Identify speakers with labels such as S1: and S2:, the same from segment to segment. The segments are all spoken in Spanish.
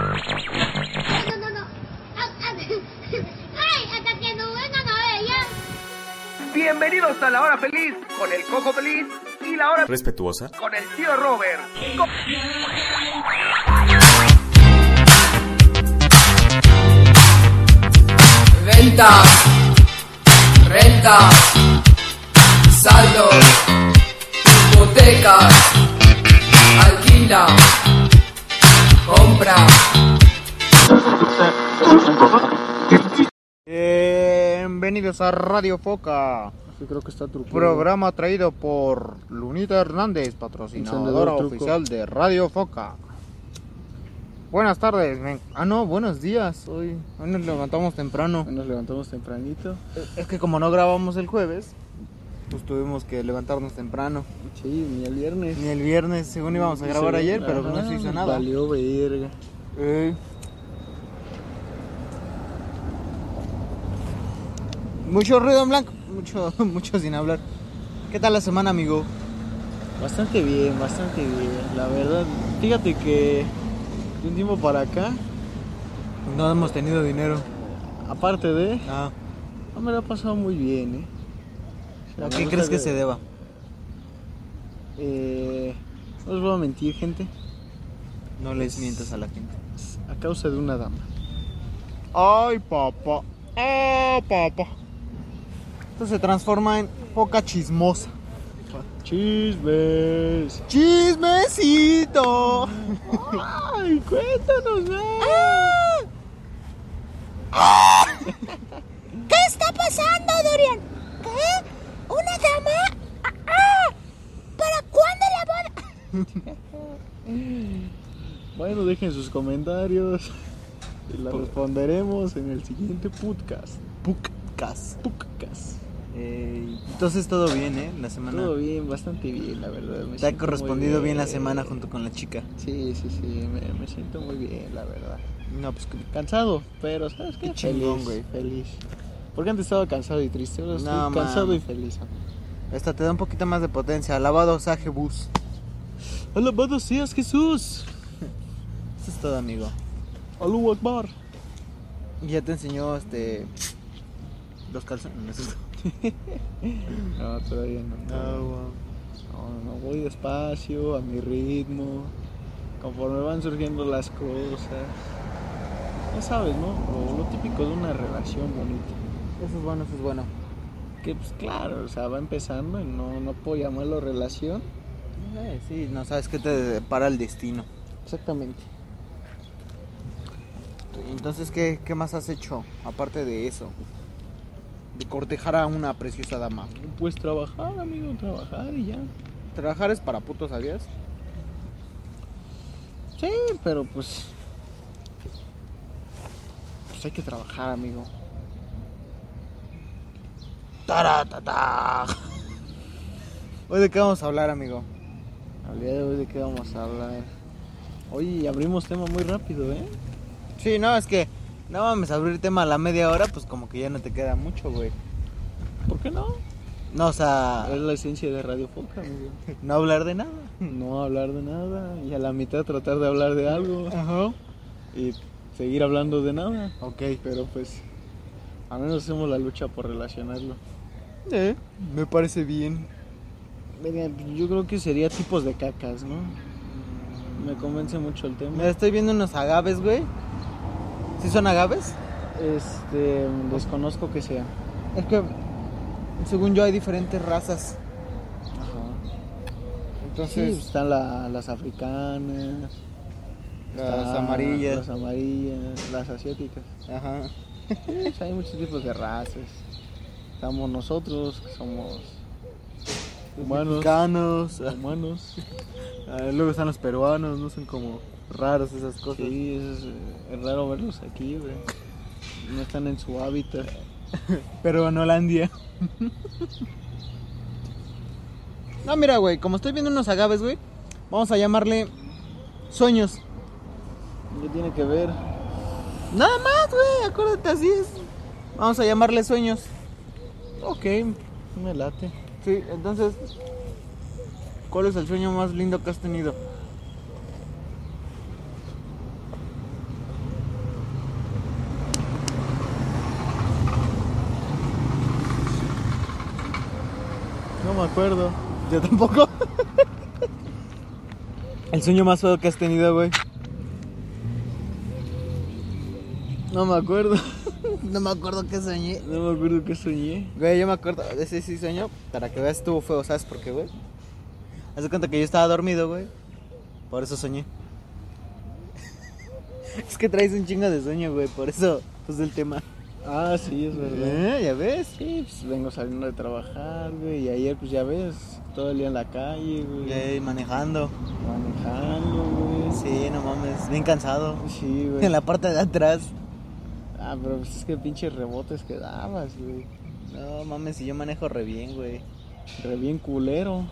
S1: No, no, no. Ah, ah, ¡Ay! ¡Hasta que no vengan a ver ya!
S2: Bienvenidos a la hora feliz con el Coco Feliz y la hora
S3: respetuosa.
S2: con el tío Robert.
S4: Ventas, rentas, saldo, hipotecas, alquila, compra.
S5: Bienvenidos a Radio Foca,
S6: creo que está truqueado.
S5: programa traído por Lunita Hernández, patrocinadora
S6: Encendedor, truco.
S5: oficial de Radio Foca. Buenas tardes, me- ah no, buenos días, hoy, hoy nos levantamos temprano.
S6: Nos levantamos tempranito.
S5: Es que como no grabamos el jueves, pues tuvimos que levantarnos temprano.
S6: Sí, ni el viernes.
S5: Ni el viernes, según íbamos a grabar
S6: Sí,
S5: ayer, pero pues no
S6: ajá,
S5: se hizo nada.
S6: Valió verga.
S5: Eh. Mucho ruido en blanco, mucho, mucho sin hablar. ¿Qué tal la semana, amigo?
S6: Bastante bien, bastante bien. La verdad, fíjate que de un tiempo para acá,
S5: No hemos tenido dinero.
S6: aparte de,
S5: Ah,
S6: no me lo ha pasado muy bien, ¿eh? O sea,
S5: ¿A
S6: me
S5: qué
S6: gusta
S5: crees que se deba?
S6: Eh, no os voy a mentir, gente.
S5: No les mientas a la gente.
S6: A causa de una dama.
S5: Ay, papá. Ay, papá. Esto se transforma en poca chismosa.
S6: Chismes.
S5: ¡Chismecito!
S6: Ay, cuéntanos más.
S1: ¿Qué está pasando, Dorian? ¿Qué? ¿Una dama? ¡Ah! ah! ¿Para cuándo la boda?
S6: Bueno, dejen sus comentarios y la responderemos en el siguiente podcast.
S5: Pucas.
S6: Podcast.
S5: Eh, entonces todo bien, ¿eh? La semana.
S6: Todo bien, bastante bien, la verdad. me
S5: Te ha
S6: siento
S5: correspondido
S6: muy
S5: bien la semana junto con la chica.
S6: Sí, sí, sí, me, me siento muy bien, la verdad.
S5: No, pues que-
S6: Cansado, pero ¿sabes qué?
S5: Qué chingón, güey.
S6: Feliz. Porque antes estaba cansado y triste, ahora estoy
S5: No,
S6: cansado
S5: man.
S6: y feliz.
S5: esta te da un poquito más de potencia. Alabado Sage Bus.
S6: Alabado seas Jesús.
S5: Eso es todo, amigo.
S6: Alú Akbar.
S5: Y Ya te enseñó este. Los calzones. ¿no es cierto?
S6: No, todavía no.
S5: Ah,
S6: No, no, no, voy despacio, a mi ritmo, conforme van surgiendo las cosas. Ya sabes, ¿no? Lo, lo típico de una relación bonita.
S5: Eso es bueno, eso es bueno.
S6: Que pues claro, o sea, va empezando y no, no puedo llamarlo relación.
S5: Eh, sí, no sabes qué te depara el destino.
S6: Exactamente.
S5: Entonces, ¿qué, qué más has hecho aparte de eso? De cortejar a una preciosa dama.
S6: Pues trabajar, amigo, trabajar y ya.
S5: Trabajar es para putos, ¿sabías?
S6: Sí, pero pues... Pues hay que trabajar, amigo.
S5: ¡Taratata! Hoy de qué vamos a hablar, amigo.
S6: Al día de hoy, ¿de qué vamos a hablar? Oye, abrimos tema muy rápido, ¿eh?
S5: Sí, no, es que no mames, abrir tema a la media hora, pues como que ya no te queda mucho, güey.
S6: ¿Por qué no?
S5: No, o sea,
S6: Es la esencia de Radio Foca, amigo.
S5: no hablar de nada.
S6: no hablar de nada y a la mitad tratar de hablar de algo
S5: Ajá.
S6: y seguir hablando de nada.
S5: Ok.
S6: Pero pues, al menos hacemos la lucha por relacionarlo.
S5: Eh, me parece bien.
S6: Venga, yo creo que sería tipos de cacas, ¿no? Me convence mucho el
S5: Mira,
S6: tema.
S5: estoy viendo unos agaves, güey. ¿Sí son agaves?
S6: Este, desconozco que sea.
S5: Es que, según yo, hay diferentes razas.
S6: Sí,
S5: Entonces,
S6: están la- las africanas,
S5: las
S6: están
S5: amarillas.
S6: las amarillas, las asiáticas.
S5: Ajá.
S6: Pues hay muchos tipos de razas. Estamos nosotros, que somos humanos.
S5: Mexicanos.
S6: Humanos.
S5: Ah, Luego están los peruanos, no son como raros esas cosas.
S6: Sí, es, es raro verlos aquí, güey. No están en su hábitat.
S5: Pero en Holandia. no, mira, güey, como estoy viendo unos agaves, güey, vamos a llamarle sueños.
S6: ¿Qué tiene que ver? Nada más, güey, acuérdate, así es. Vamos a llamarle sueños.
S5: Ok.
S6: Me late.
S5: Sí, entonces, ¿cuál es el sueño más lindo que has tenido?
S6: No me acuerdo. Yo tampoco.
S5: El sueño más feo que has tenido, güey.
S6: No me acuerdo.
S5: No me acuerdo qué soñé.
S6: No me acuerdo qué soñé.
S5: Güey, yo me acuerdo de ese sí sueño, para que veas estuvo feo, ¿sabes por qué, güey? Haz de cuenta que yo estaba dormido, güey. Por eso soñé. es que traes un chingo de sueño, güey, por eso pues el tema.
S6: Ah, sí, es verdad.
S5: Eh, ¿Ya ves?
S6: Sí, pues vengo saliendo de trabajar, güey. Y ayer, pues ya ves, todo el día en la calle, güey.
S5: Güey, manejando.
S6: Manejando, güey.
S5: Sí, no mames, bien cansado.
S6: Sí, güey.
S5: En la parte de atrás.
S6: Ah, pero pues es que pinches rebotes que dabas, güey.
S5: No mames, si yo manejo re bien, güey.
S6: Re bien culero.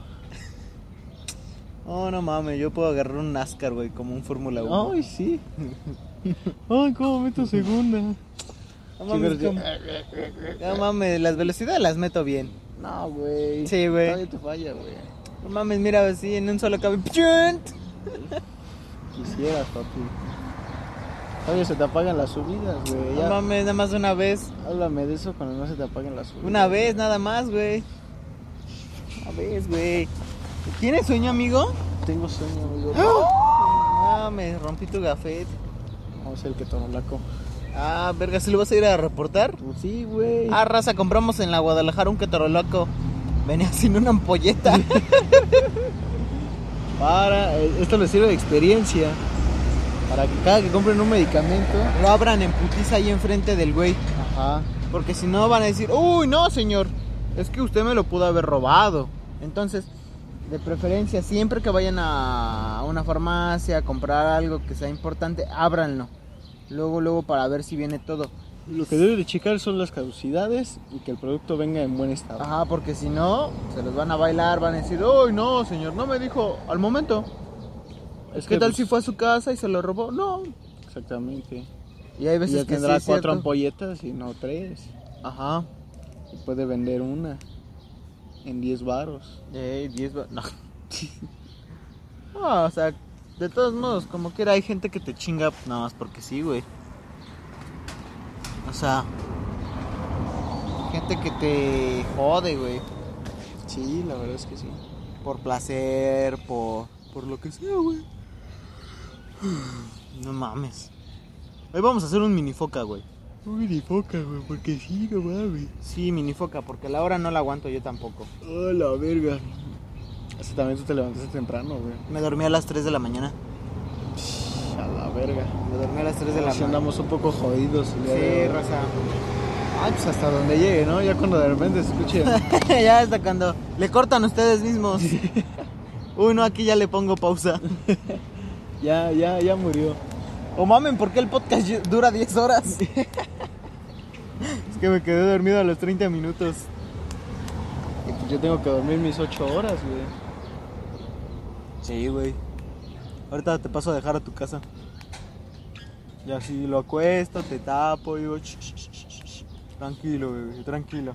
S5: Oh, no mames, yo puedo agarrar un NASCAR, güey, como un Fórmula 1.
S6: Ay, sí. Ay, cómo meto segunda.
S5: no mames,
S6: Sí, pero sí.
S5: como- no mames, las velocidades las meto bien.
S6: No, güey.
S5: Sí, güey.
S6: Todavía te falla, güey.
S5: No mames, mira, así en un solo cable. ¡Chunt!
S6: Quisieras, papi. Todavía se te apagan las subidas, güey.
S5: No
S6: Ya,
S5: mames, nada más una vez.
S6: háblame de eso cuando no se te apaguen las subidas.
S5: Una vez, nada más, güey. Una vez, güey. ¿Tienes sueño, amigo?
S6: Tengo sueño, amigo.
S5: ¡Ah! No mames, rompí tu gafete.
S6: Vamos a ser el que tomó la co.
S5: Ah, verga, ¿sí lo vas a ir a reportar?
S6: Pues sí, güey.
S5: Ah, raza, compramos en la Guadalajara un catarro loco. Venía sin una ampolleta.
S6: Para, eh, esto les sirve de experiencia. Para que cada que compren un medicamento.
S5: lo abran en putiza ahí enfrente del güey.
S6: Ajá.
S5: Porque si no van a decir, uy, no, señor, es que usted me lo pudo haber robado. Entonces, de preferencia, siempre que vayan a una farmacia a comprar algo que sea importante, ábranlo. Luego, luego, para ver si viene todo.
S6: Lo que debe de checar son las caducidades y que el producto venga en buen estado.
S5: Ajá, porque si no, se los van a bailar, van a decir, uy, no, señor, no me dijo al momento.
S6: Es
S5: ¿Qué tal
S6: pues,
S5: si fue a su casa y se lo robó? No.
S6: Exactamente.
S5: Y hay
S6: Y
S5: veces
S6: ya
S5: que sí
S6: tendrá
S5: es
S6: cuatro
S5: cierto.
S6: ampolletas y no tres.
S5: Ajá.
S6: Y puede vender una en 10 varos.
S5: Ey, 10 ba- No. No, o sea, de todos modos, como quiera, hay gente que te chinga nada más porque sí, güey. O sea, gente que te jode, güey.
S6: Sí, la verdad es que sí.
S5: Por placer, por, por lo que sea, güey. No mames. Hoy vamos a hacer un minifoca, güey.
S6: Uy, ni poca, güey, porque sí, no mames.
S5: Sí, minifoca, porque la hora no la aguanto yo tampoco.
S6: Oh, la verga. Así también tú te levantaste temprano, güey.
S5: Me dormí a las 3 de la mañana.
S6: A la verga.
S5: Me dormí a las 3 de la
S6: Así
S5: mañana.
S6: andamos un poco jodidos. el día
S5: Sí,
S6: de hoy.
S5: raza.
S6: Ay, pues hasta donde llegue, ¿no? Ya cuando de repente se escuche.
S5: ya hasta cuando le cortan ustedes mismos. Uy, no, aquí ya le pongo pausa.
S6: ya, ya, ya murió.
S5: O mamen, ¿por qué el podcast lle- dura 10 horas? es que me quedé dormido a los 30 minutos.
S6: Y pues yo tengo que dormir mis 8 horas, güey.
S5: Sí, güey. Ahorita te paso a dejar a tu casa. Y así lo acuesto, te tapo y digo, "Ch, ch, ch, ch, ch". tranquilo, bebé, tranquilo.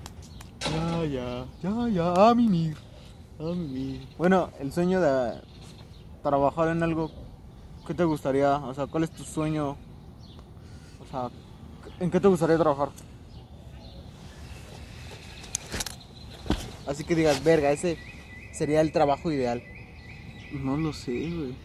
S6: Ya, ya.
S5: Ya, ya, a mimir.
S6: A mí.
S5: Bueno, el sueño de trabajar en algo, ¿qué te gustaría? O sea, ¿cuál es tu sueño? O sea, ¿en qué te gustaría trabajar? Así que digas, verga, ese sería el trabajo ideal.
S6: No lo sé, güey.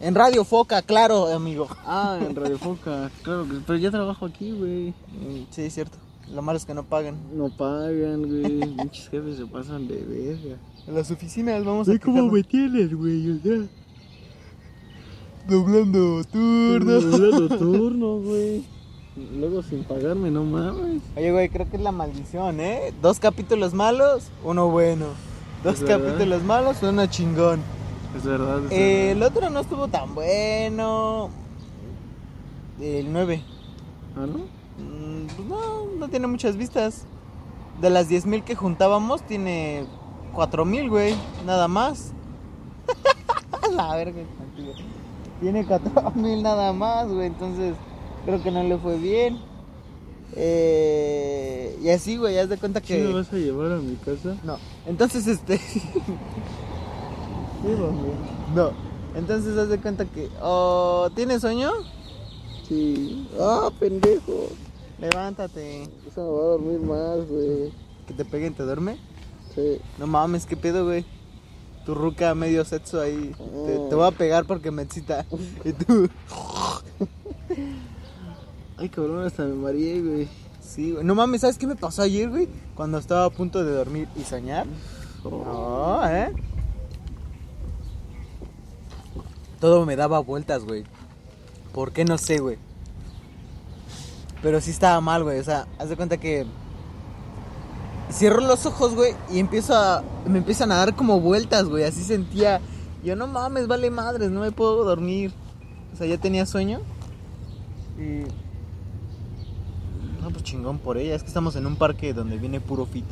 S5: En Radio Foca, claro, amigo.
S6: Ah, en Radio Foca, claro que Pero ya trabajo aquí, güey.
S5: Mm, Sí, es cierto. Lo malo es que no pagan.
S6: No pagan, güey. Muchos jefes se pasan de verga.
S5: En las oficinas vamos
S6: Ve cómo
S5: quejarnos.
S6: me tienes, güey. O sea,
S5: doblando turno.
S6: doblando turno, güey. Luego sin pagarme, no mames.
S5: Oye, güey, creo que es la maldición, ¿eh? Dos capítulos malos, uno bueno. Dos
S6: Es verdad.
S5: capítulos malos, uno chingón.
S6: Es verdad, es
S5: El otro no estuvo tan bueno. El 9.
S6: verdad. ¿Ah, no?
S5: Mm, pues no, no tiene muchas vistas. De las 10.000 que juntábamos, tiene 4.000, güey. Nada más. A La verga. contigo. Tiene 14 mil nada más, güey. Entonces, creo que no le fue bien. Eh, y así, güey, haz de cuenta
S6: ¿Qué me
S5: que.
S6: vas a llevar a mi casa?
S5: No, entonces este.
S6: Llévame.
S5: no, entonces haz de cuenta que. Oh, ¿Tienes sueño?
S6: Sí. ¡Ah, pendejo!
S5: Levántate.
S6: Esa me va a dormir más, güey.
S5: Que te peguen, te duerme.
S6: Sí.
S5: No mames, qué pedo, güey. Tu ruca medio sexo ahí. Te, te voy a pegar porque me excita. Y tú.
S6: Ay, cabrón, hasta me mareé, güey.
S5: Sí, güey. No mames, ¿sabes qué me pasó ayer, güey? Cuando estaba a punto de dormir y soñar. No, ¿eh? Todo me daba vueltas, güey. ¿Por qué no sé, güey? Pero sí estaba mal, güey. O sea, haz de cuenta que. Cierro los ojos, güey, y empiezo a. Me empiezan a dar como vueltas, güey. Así sentía. Yo no mames, vale madres, no me puedo dormir. O sea, ya tenía sueño. Y. No, pues chingón por ella. Es que estamos en un parque donde viene puro fit.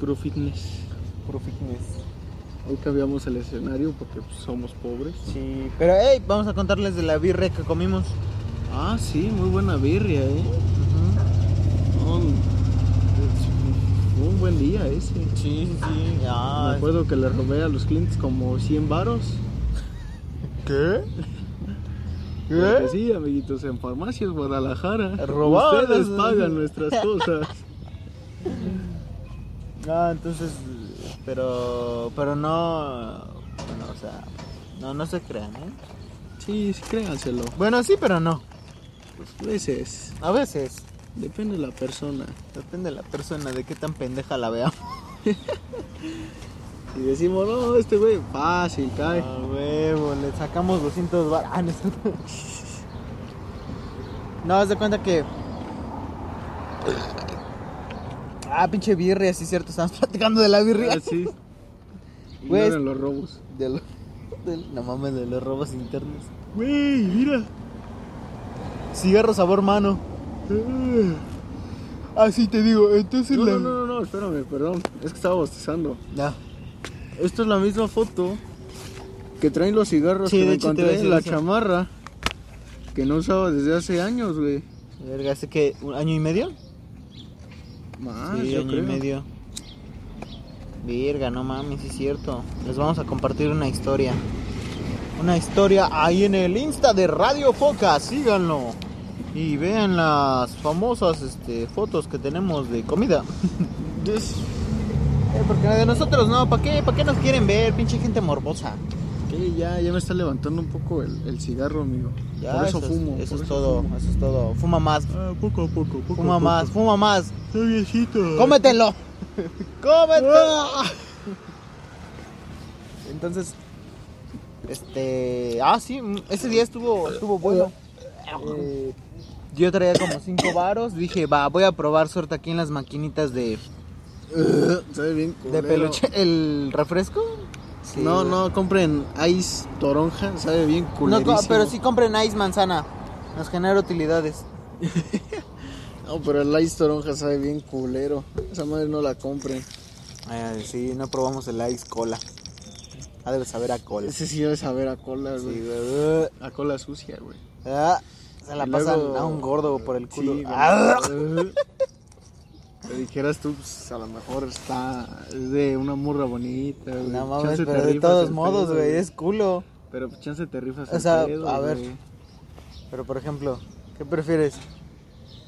S6: Puro fitness.
S5: Puro fitness.
S6: Hoy cambiamos el escenario porque pues, somos pobres.
S5: Sí, pero hey, vamos a contarles de la birria que comimos.
S6: Ah, sí, muy buena birria, eh. Un- fue un buen día ese.
S5: Sí, sí, sí.
S6: Me acuerdo que le robé a los clientes como 100 varos.
S5: ¿Qué?
S6: Porque
S5: ¿Qué?
S6: sí, amiguitos, en Farmacias Guadalajara.
S5: Robaban
S6: Ustedes
S5: las-
S6: pagan nuestras cosas.
S5: Ah, entonces, pero, pero no, bueno, o sea, no, no se crean, ¿eh?
S6: Sí, sí, créanselo.
S5: Bueno, sí, pero no.
S6: A veces,
S5: A veces,
S6: depende de la persona.
S5: depende de la persona, de qué tan pendeja la veamos.
S6: Si decimos, no, este güey, fácil, cae.
S5: A huevo, le sacamos 200 bar. Ah, no, es cierto. No, haz de cuenta que. Ah, pinche birria, sí, cierto. Estamos platicando de la birria.
S6: Ah, sí.
S5: Güey,
S6: Ignoren los robos.
S5: De lo- del- no mames, de los robos internos.
S6: Güey, mira.
S5: Cigarro sabor mano. Así te digo, entonces
S6: Mm. No,
S5: la.
S6: no, no, no, espérame, perdón. Es que estaba bostezando.
S5: Ya.
S6: Esto es la misma foto que traen los cigarros
S5: Sí,
S6: que
S5: de
S6: me
S5: hecho, te iba a
S6: encontré
S5: decir
S6: en la
S5: eso.
S6: chamarra que no usaba desde hace años, güey.
S5: Verga, ¿hace que un año y medio?
S6: Más,
S5: sí,
S6: Ah, yo
S5: año
S6: creo.
S5: y medio. Verga, no mames, sí es cierto. Les vamos a compartir una historia. Una historia ahí en el Insta de Radio Foca, síganlo. Y vean las famosas este, fotos que tenemos de comida.
S6: Yes.
S5: Eh, porque de nosotros no, ¿para qué? ¿Para qué nos quieren ver? Pinche gente morbosa.
S6: Ok, ya, ya me está levantando un poco el, el cigarro, amigo.
S5: Ya,
S6: por eso,
S5: es-
S6: fumo.
S5: Eso
S6: por
S5: es todo,
S6: fumo.
S5: eso es todo. Fuma más,
S6: Ah, poco a poco, poco
S5: fuma
S6: a poco.
S5: más, fuma más.
S6: Estoy viejito.
S5: ¡Cómetelo! ¡Cómetelo! Entonces, este. Ah, sí, mm, ese día estuvo, estuvo bueno. Eh, yo traía como cinco varos. Dije, va, voy a probar suerte aquí en las maquinitas de,
S6: Sabe bien
S5: de
S6: culero.
S5: peluche. ¿El refresco? Sí,
S6: no,
S5: güey.
S6: no, compren ice toronja, sabe bien
S5: No,
S6: culerísimo.
S5: co- pero sí compren Ice Manzana. Nos genera utilidades.
S6: No, pero el ice toronja sabe bien culero. Esa madre no la compren.
S5: Eh, sí, no probamos el Ice Cola. Ha de saber a cola.
S6: Ese sí debe saber a cola,
S5: Sí,
S6: güey.
S5: güey.
S6: A cola sucia, güey.
S5: Ah, se la
S6: Y
S5: pasan
S6: luego-
S5: a un gordo por el culo.
S6: Sí, güey.
S5: Ah.
S6: Te dijeras tú, pues, a lo mejor está es de una morra bonita, güey.
S5: No mames,
S6: Chance te
S5: pero de
S6: rifas
S5: todos
S6: el
S5: modos,
S6: pedo,
S5: güey, es culo.
S6: Pero pues, chance te rifas
S5: O
S6: el
S5: sea,
S6: pedo,
S5: a ver.
S6: güey.
S5: Pero por ejemplo, ¿qué prefieres?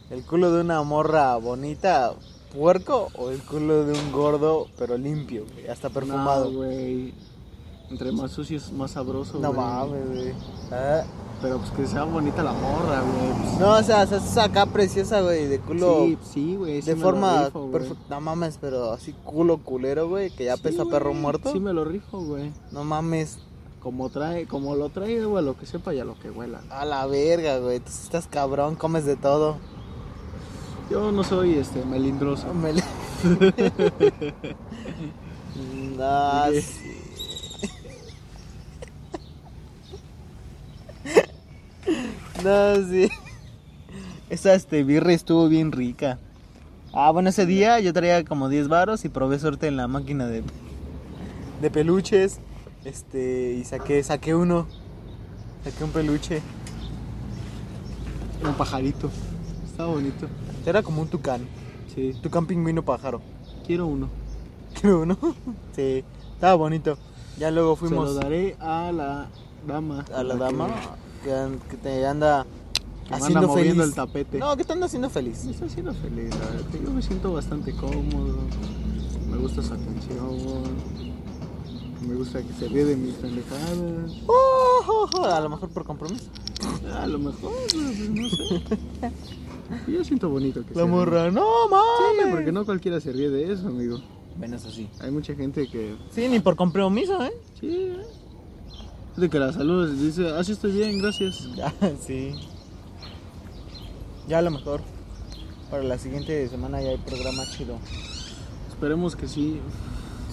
S5: ¿El culo de una morra bonita, puerco, o el culo de un gordo, pero limpio, güey, hasta perfumado?
S6: No, güey. Entre más sucio es más sabroso,
S5: no
S6: güey.
S5: mames, güey. Ah.
S6: Pero pues que sea bonita la morra, güey. pues,
S5: No, o sea, se hace acá preciosa, güey, de culo.
S6: Sí, sí, güey. sí
S5: de
S6: me lo
S5: forma.
S6: rifo, güey.
S5: perfe- no mames, pero así culo culero, güey, que ya
S6: Sí,
S5: pesa
S6: güey,
S5: perro muerto.
S6: Sí me lo rifo, güey.
S5: No mames,
S6: Como trae, como lo trae, güey, a lo que sepa y a lo que huela.
S5: a la verga, güey. Tú sí estás cabrón, comes de todo.
S6: Yo no soy este melindroso.
S5: Me le- Nah,
S6: Oye.
S5: sí. No, sí. Esa este, birra estuvo bien rica. Ah, bueno, ese día yo traía como 10 varos y probé suerte en la máquina de, de peluches. Este, y saqué, saqué uno. Saqué un peluche.
S6: Un pajarito. Está bonito.
S5: Era como un tucán.
S6: Sí.
S5: Tucán pingüino pájaro.
S6: Quiero uno.
S5: Creo, ¿no? Sí. Estaba bonito. Ya luego
S6: Se
S5: fuimos
S6: lo daré a la dama.
S5: a la
S6: que-
S5: dama que, an- que te anda
S6: Que me anda
S5: haciendo
S6: moviendo
S5: feliz.
S6: el tapete.
S5: No, que te anda haciendo feliz.
S6: Me está haciendo feliz, la verdad. Yo me siento bastante cómodo. Me gusta su atención. Me gusta que se ríe de mis pendejadas.
S5: Oh, oh, oh, A lo mejor por compromiso.
S6: A lo mejor, pero pues no sé. Yo siento bonito que se
S5: La
S6: ríe.
S5: morra, no
S6: Sí,
S5: mames.
S6: porque no cualquiera se ríe de eso, amigo.
S5: Bueno, eso sí.
S6: Hay mucha gente que.
S5: Sí, ni por compromiso, ¿eh?
S6: Sí, ¿eh? De que la saludas y dice, ah, sí, estoy bien, gracias.
S5: Ya, Ah, sí. Ya a lo mejor. Para la siguiente semana ya hay programa chido.
S6: Esperemos que sí.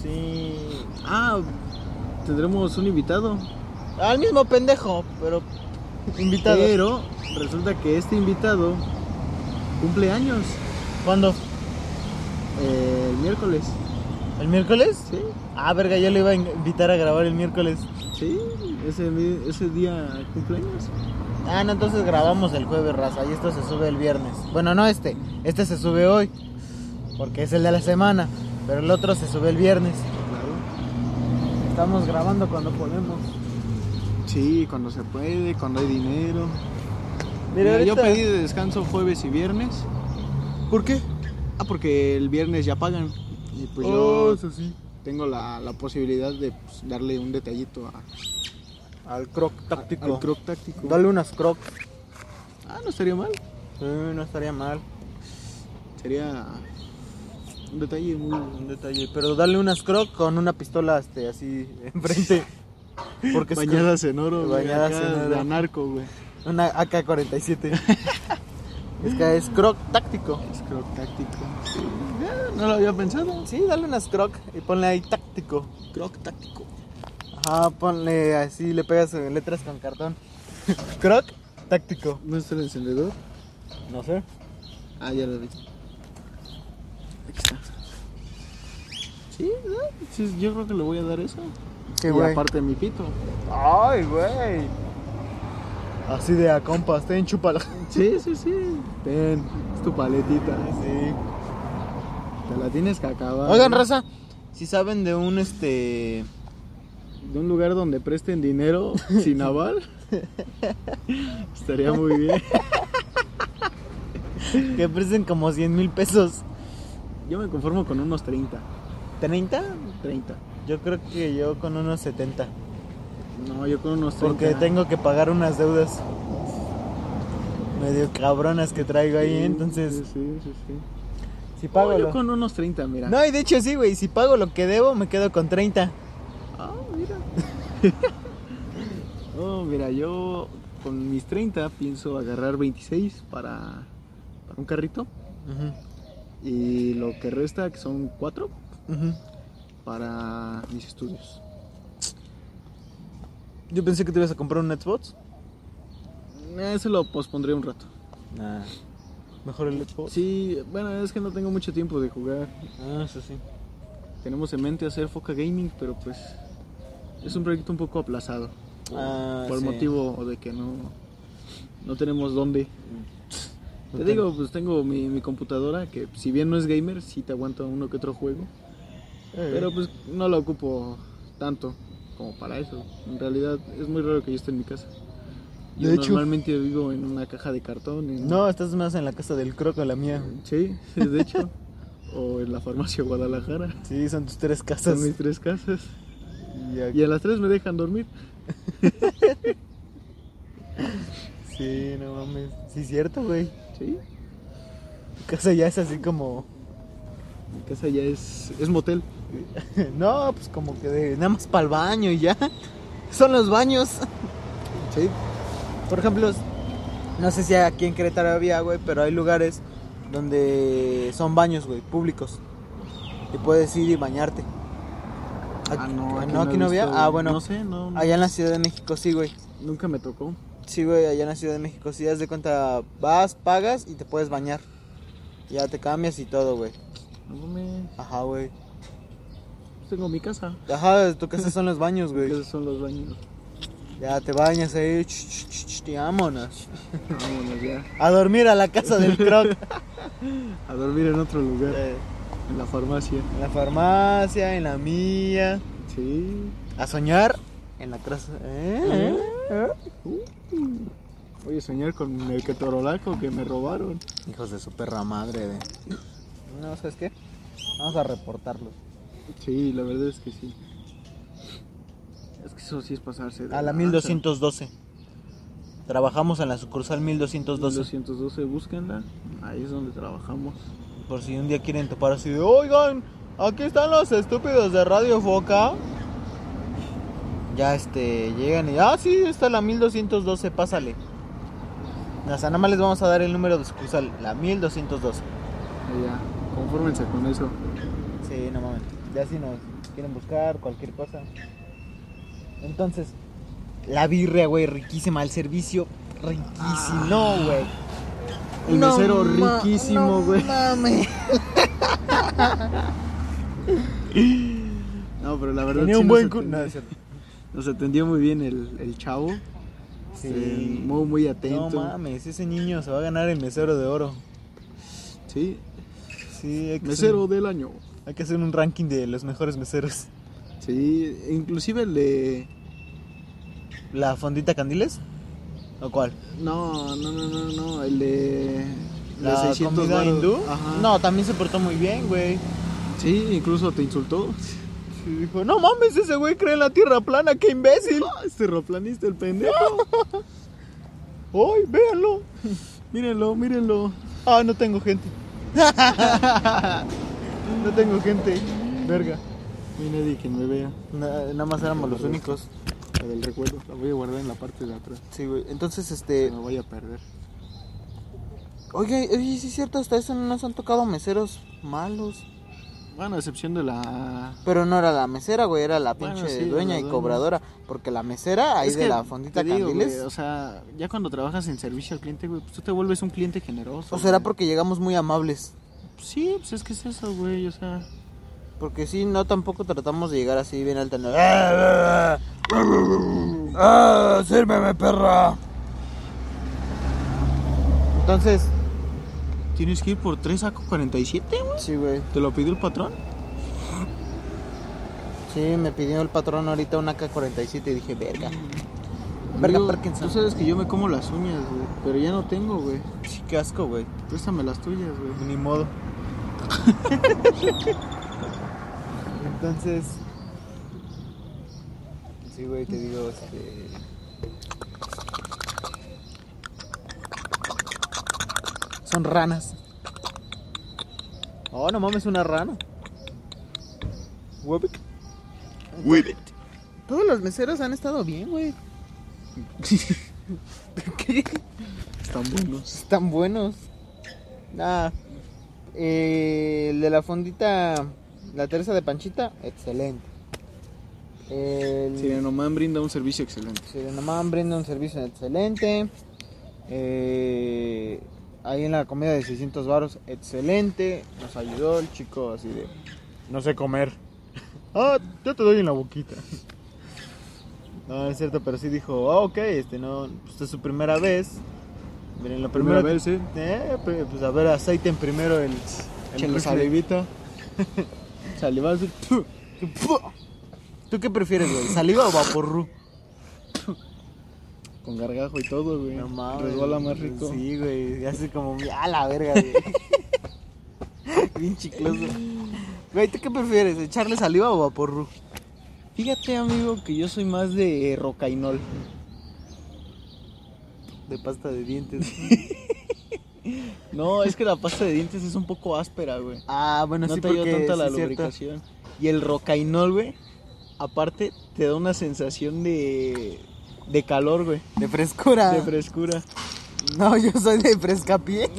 S5: Sí.
S6: Ah, tendremos un invitado.
S5: Al mismo pendejo, pero invitado.
S6: Pero resulta que este invitado cumple años
S5: ¿Cuándo?
S6: eh, el miércoles.
S5: ¿El miércoles?
S6: Sí,
S5: Ah, verga, yo le iba a invitar a grabar el miércoles.
S6: sí, ese, mi- ese día cumpleaños.
S5: Ah, no, entonces grabamos el jueves, raza, y esto se sube el viernes. Bueno, no este, este se sube hoy, porque es el de la semana, pero el otro se sube el viernes.
S6: Claro.
S5: Estamos grabando cuando podemos.
S6: Sí, cuando se puede, cuando hay dinero.
S5: Mira,
S6: Mira, yo
S5: ahorita-
S6: pedí de descanso jueves y viernes.
S5: ¿Por qué?
S6: Ah, porque el viernes ya pagan. Y pues
S5: Oh,
S6: yo
S5: eso sí.
S6: tengo la, la posibilidad de pues, darle un detallito a,
S5: Al croc táctico.
S6: al croc táctico.
S5: Dale unas crocs.
S6: Ah, no estaría mal.
S5: Sí, no estaría mal.
S6: Sería un detalle muy...
S5: Un detalle. Pero dale unas crocs con una pistola este, así enfrente. Porque es
S6: Bañadas en oro, güey,
S5: Bañadas
S6: acá
S5: en oro.
S6: de anarco, güey.
S5: una AK-47. es que es croc táctico.
S6: Es croc táctico. Sí, ya, no lo había pensado.
S5: Sí, dale unas croc y ponle ahí táctico.
S6: Croc táctico.
S5: Ajá, ponle así, le pegas eh, letras con cartón. Croc, táctico.
S6: ¿No está el encendedor?
S5: No sé.
S6: Ah, ya lo vi. Aquí está. Sí, ¿no? Sí, yo creo que le voy a dar eso.
S5: Qué
S6: y
S5: güey.
S6: aparte mi pito.
S5: Ay, güey. Así de a compas, ten chúpala.
S6: Sí, sí, sí. Ten, es tu paletita.
S5: Sí.
S6: Te la tienes que acabar.
S5: Oigan, raza, si saben de un este.
S6: De un lugar donde presten dinero sin aval. Estaría muy bien.
S5: que presten como 100 mil pesos.
S6: Yo me conformo con unos 30.
S5: ¿30?
S6: 30.
S5: Yo creo que yo con unos 70.
S6: No, yo con unos 30.
S5: Porque tengo que pagar unas deudas medio cabronas que traigo ahí.
S6: Sí,
S5: Entonces,
S6: Sí, sí, sí. sí.
S5: si pago.
S6: Oh, yo
S5: lo-
S6: con unos 30, mira.
S5: No, y de hecho sí, güey. Si pago lo que debo, me quedo con 30.
S6: Ah, mira. oh, mira, yo con mis 30 pienso agarrar 26 para, para un carrito. Y lo que resta, que son 4, para mis estudios.
S5: Yo pensé que te ibas a comprar un Xbox.
S6: Eso lo pospondré un rato.
S5: Mejor el Xbox.
S6: Sí, bueno, es que no tengo mucho tiempo de jugar.
S5: Ah, eso sí.
S6: Tenemos en mente hacer Foca Gaming, pero pues es un proyecto un poco aplazado.
S5: Ah,
S6: por
S5: sí.
S6: motivo de que no, no tenemos dónde. Te
S5: Ok.
S6: digo, pues tengo mi, mi computadora que si bien no es gamer, sí te aguanta uno que otro juego.
S5: Eh.
S6: Pero pues no la ocupo tanto como para eso. En realidad es muy raro que yo esté en mi casa. Yo
S5: De hecho-
S6: normalmente vivo en una caja de cartón. en-
S5: No, estás más en la casa del croco la mía.
S6: Sí, sí, de hecho. o en la farmacia Guadalajara.
S5: Sí, son tus tres casas.
S6: Son mis tres casas.
S5: Y aquí-
S6: Y a las tres me dejan dormir.
S5: Sí, no mames. Sí, cierto, güey.
S6: Sí,
S5: Tu casa ya es así como.
S6: mi casa ya es, es motel.
S5: No, pues como que de... nada más para el baño y ya. Son los baños.
S6: Sí,
S5: Por ejemplo, no sé si aquí en Querétaro había, güey, pero hay lugares donde son baños, güey, públicos. Y puedes ir y bañarte.
S6: Ah, no,
S5: aquí
S6: aquí
S5: no,
S6: no he
S5: había.
S6: visto,
S5: Ah,
S6: güey.
S5: bueno.
S6: No sé, no, no.
S5: Allá en la Ciudad de México sí, güey.
S6: nunca me tocó.
S5: Sí, güey, allá en la Ciudad de México sí, das de cuenta, vas, pagas y te puedes bañar. Ya te cambias y todo, güey.
S6: No mames,
S5: Ajá, güey.
S6: tengo mi casa.
S5: Ajá, tu casa son los baños, güey.
S6: Esos son los baños.
S5: Ya te bañas ahí, ch, ch, ch, ch, y vámonos.
S6: Vámonos ya.
S5: A dormir a la casa del croc.
S6: A dormir en otro lugar.
S5: Eh,
S6: En la farmacia.
S5: en la farmacia, en la mía.
S6: Sí.
S5: A soñar en la casa. ¿Eh? ¿Eh?
S6: Voy a soñar con el ketorolaco que me robaron.
S5: Hijos de su perra madre. De... No, ¿sabes qué? Vamos a reportarlos.
S6: Sí, la verdad es que sí. Es que eso Ah, sí es pasarse. de
S5: A la
S6: lanza.
S5: 1212. Trabajamos en la sucursal 1212.
S6: 1212, búsquenla. Ahí es donde trabajamos.
S5: Por si un día quieren topar así de, oigan, aquí están los estúpidos de Radio Foca. Ya este, llegan y, ah, sí, está la 1212, pásale. O sea, nada más les vamos a dar el número de sucursal, la 1212.
S6: Allá. Confórmense con eso.
S5: Sí, no mames. Ya si nos quieren buscar, cualquier cosa. Entonces, la birria, güey, riquísima. El servicio, riquísimo, güey.
S6: El mesero
S5: ma-
S6: riquísimo, güey.
S5: No mames.
S6: No, pero la verdad
S5: Tenía
S6: sí
S5: un
S6: nos
S5: buen cu-
S6: atendió-
S5: no, es cierto.
S6: Nos atendió muy bien el, el chavo. Este,
S5: Sí.
S6: muy, muy atento.
S5: No mames, ese niño se va a ganar el mesero de oro.
S6: Sí,
S5: Sí, hay que,
S6: mesero
S5: Hacer,
S6: del año.
S5: hay que hacer un ranking de los mejores meseros.
S6: Sí, inclusive el de.
S5: ¿La fondita Candiles? ¿O cuál?
S6: No, no, no, no, no. El de. de
S5: ¿La
S6: 600
S5: comida
S6: varos.
S5: hindú?
S6: Ajá.
S5: No, también se portó muy bien, güey.
S6: Sí, incluso te insultó.
S5: Sí, dijo, no mames, ese güey cree en la tierra plana, qué imbécil.
S6: Ah, este terraplanista, el pendejo.
S5: ¡Ay, véanlo!
S6: mírenlo, mírenlo.
S5: Ah, no tengo gente. no tengo gente. Verga.
S6: No hay nadie que me vea.
S5: Na- nada más éramos los únicos.
S6: La del recuerdo. La voy a guardar en la parte de atrás.
S5: Sí, güey. Entonces, este.
S6: Me voy a perder.
S5: Oye, oye, sí es cierto, hasta eso no nos han tocado meseros malos.
S6: Bueno, a excepción de la.
S5: Pero no era la mesera, güey, era la
S6: Bueno,
S5: pinche
S6: sí,
S5: dueña
S6: la
S5: y
S6: dueña.
S5: cobradora. Porque la mesera ahí
S6: Es
S5: de
S6: que
S5: la fondita
S6: te digo,
S5: Candiles.
S6: güey, o sea, ya cuando trabajas en servicio al cliente, güey, pues tú te vuelves un cliente generoso.
S5: o será
S6: güey.
S5: porque llegamos muy amables.
S6: Sí, pues es que es eso, güey, o sea.
S5: Porque sí, no tampoco tratamos de llegar así bien alta. ¿no? ¡Eh, ¡Ah, ah, sírveme, perra! Entonces,
S6: Tienes que ir por 3 sacos 47, güey.
S5: sí, güey.
S6: ¿Te lo pidió el patrón?
S5: Sí, me pidió el patrón ahorita una K47 y dije, verga. Verga,
S6: Amigo,
S5: Parkinson.
S6: Tú sabes que yo me como las uñas, güey, pero ya no tengo, güey.
S5: Sí, qué asco, güey.
S6: Préstame las tuyas, güey.
S5: Ni modo. Entonces. Sí, güey, te digo, este. Son ranas. Oh, no mames, una rana. Huevic. Todos los meseros han estado bien, güey. ¿Qué?
S6: Están buenos.
S5: Están buenos. Ah, eh, el de la fondita, la Teresa de Panchita, excelente. El
S6: Sirenoman brinda un servicio excelente.
S5: Sirenomán brinda un servicio excelente. Eh, ahí en la comida de 600 varos, excelente. Nos ayudó el chico así de... No sé comer. ah, ya te doy en la boquita. No, es cierto, pero sí dijo, ah, ok, este no, pues es su primera vez. Miren, lo primero
S6: Primera
S5: que-
S6: vez, ¿eh?
S5: eh, pe- pues a ver, aceiten primero el.
S6: Échale
S5: rifle.
S6: salivita. Salivazo.
S5: Tú, tú, pu. ¿Tú qué prefieres, güey? ¿Saliva o vaporru?
S6: Con gargajo y todo, güey. Resbala más rico.
S5: Sí, güey. y Hace como. ¡A la verga, güey! Bien chicloso. Güey, ¿tú qué prefieres? ¿Echarle saliva o vaporru?
S6: Fíjate, amigo, que yo soy más de rocainol.
S5: De pasta de dientes.
S6: No, es que la pasta de dientes es un poco áspera, güey.
S5: Ah, bueno,
S6: No,
S5: sí,
S6: te
S5: porque
S6: ayuda tanto la
S5: sí, cierto.
S6: lubricación. Y el rocainol, güey, aparte te da una sensación de, de calor, güey.
S5: De frescura.
S6: De frescura.
S5: no, yo soy de frescapié.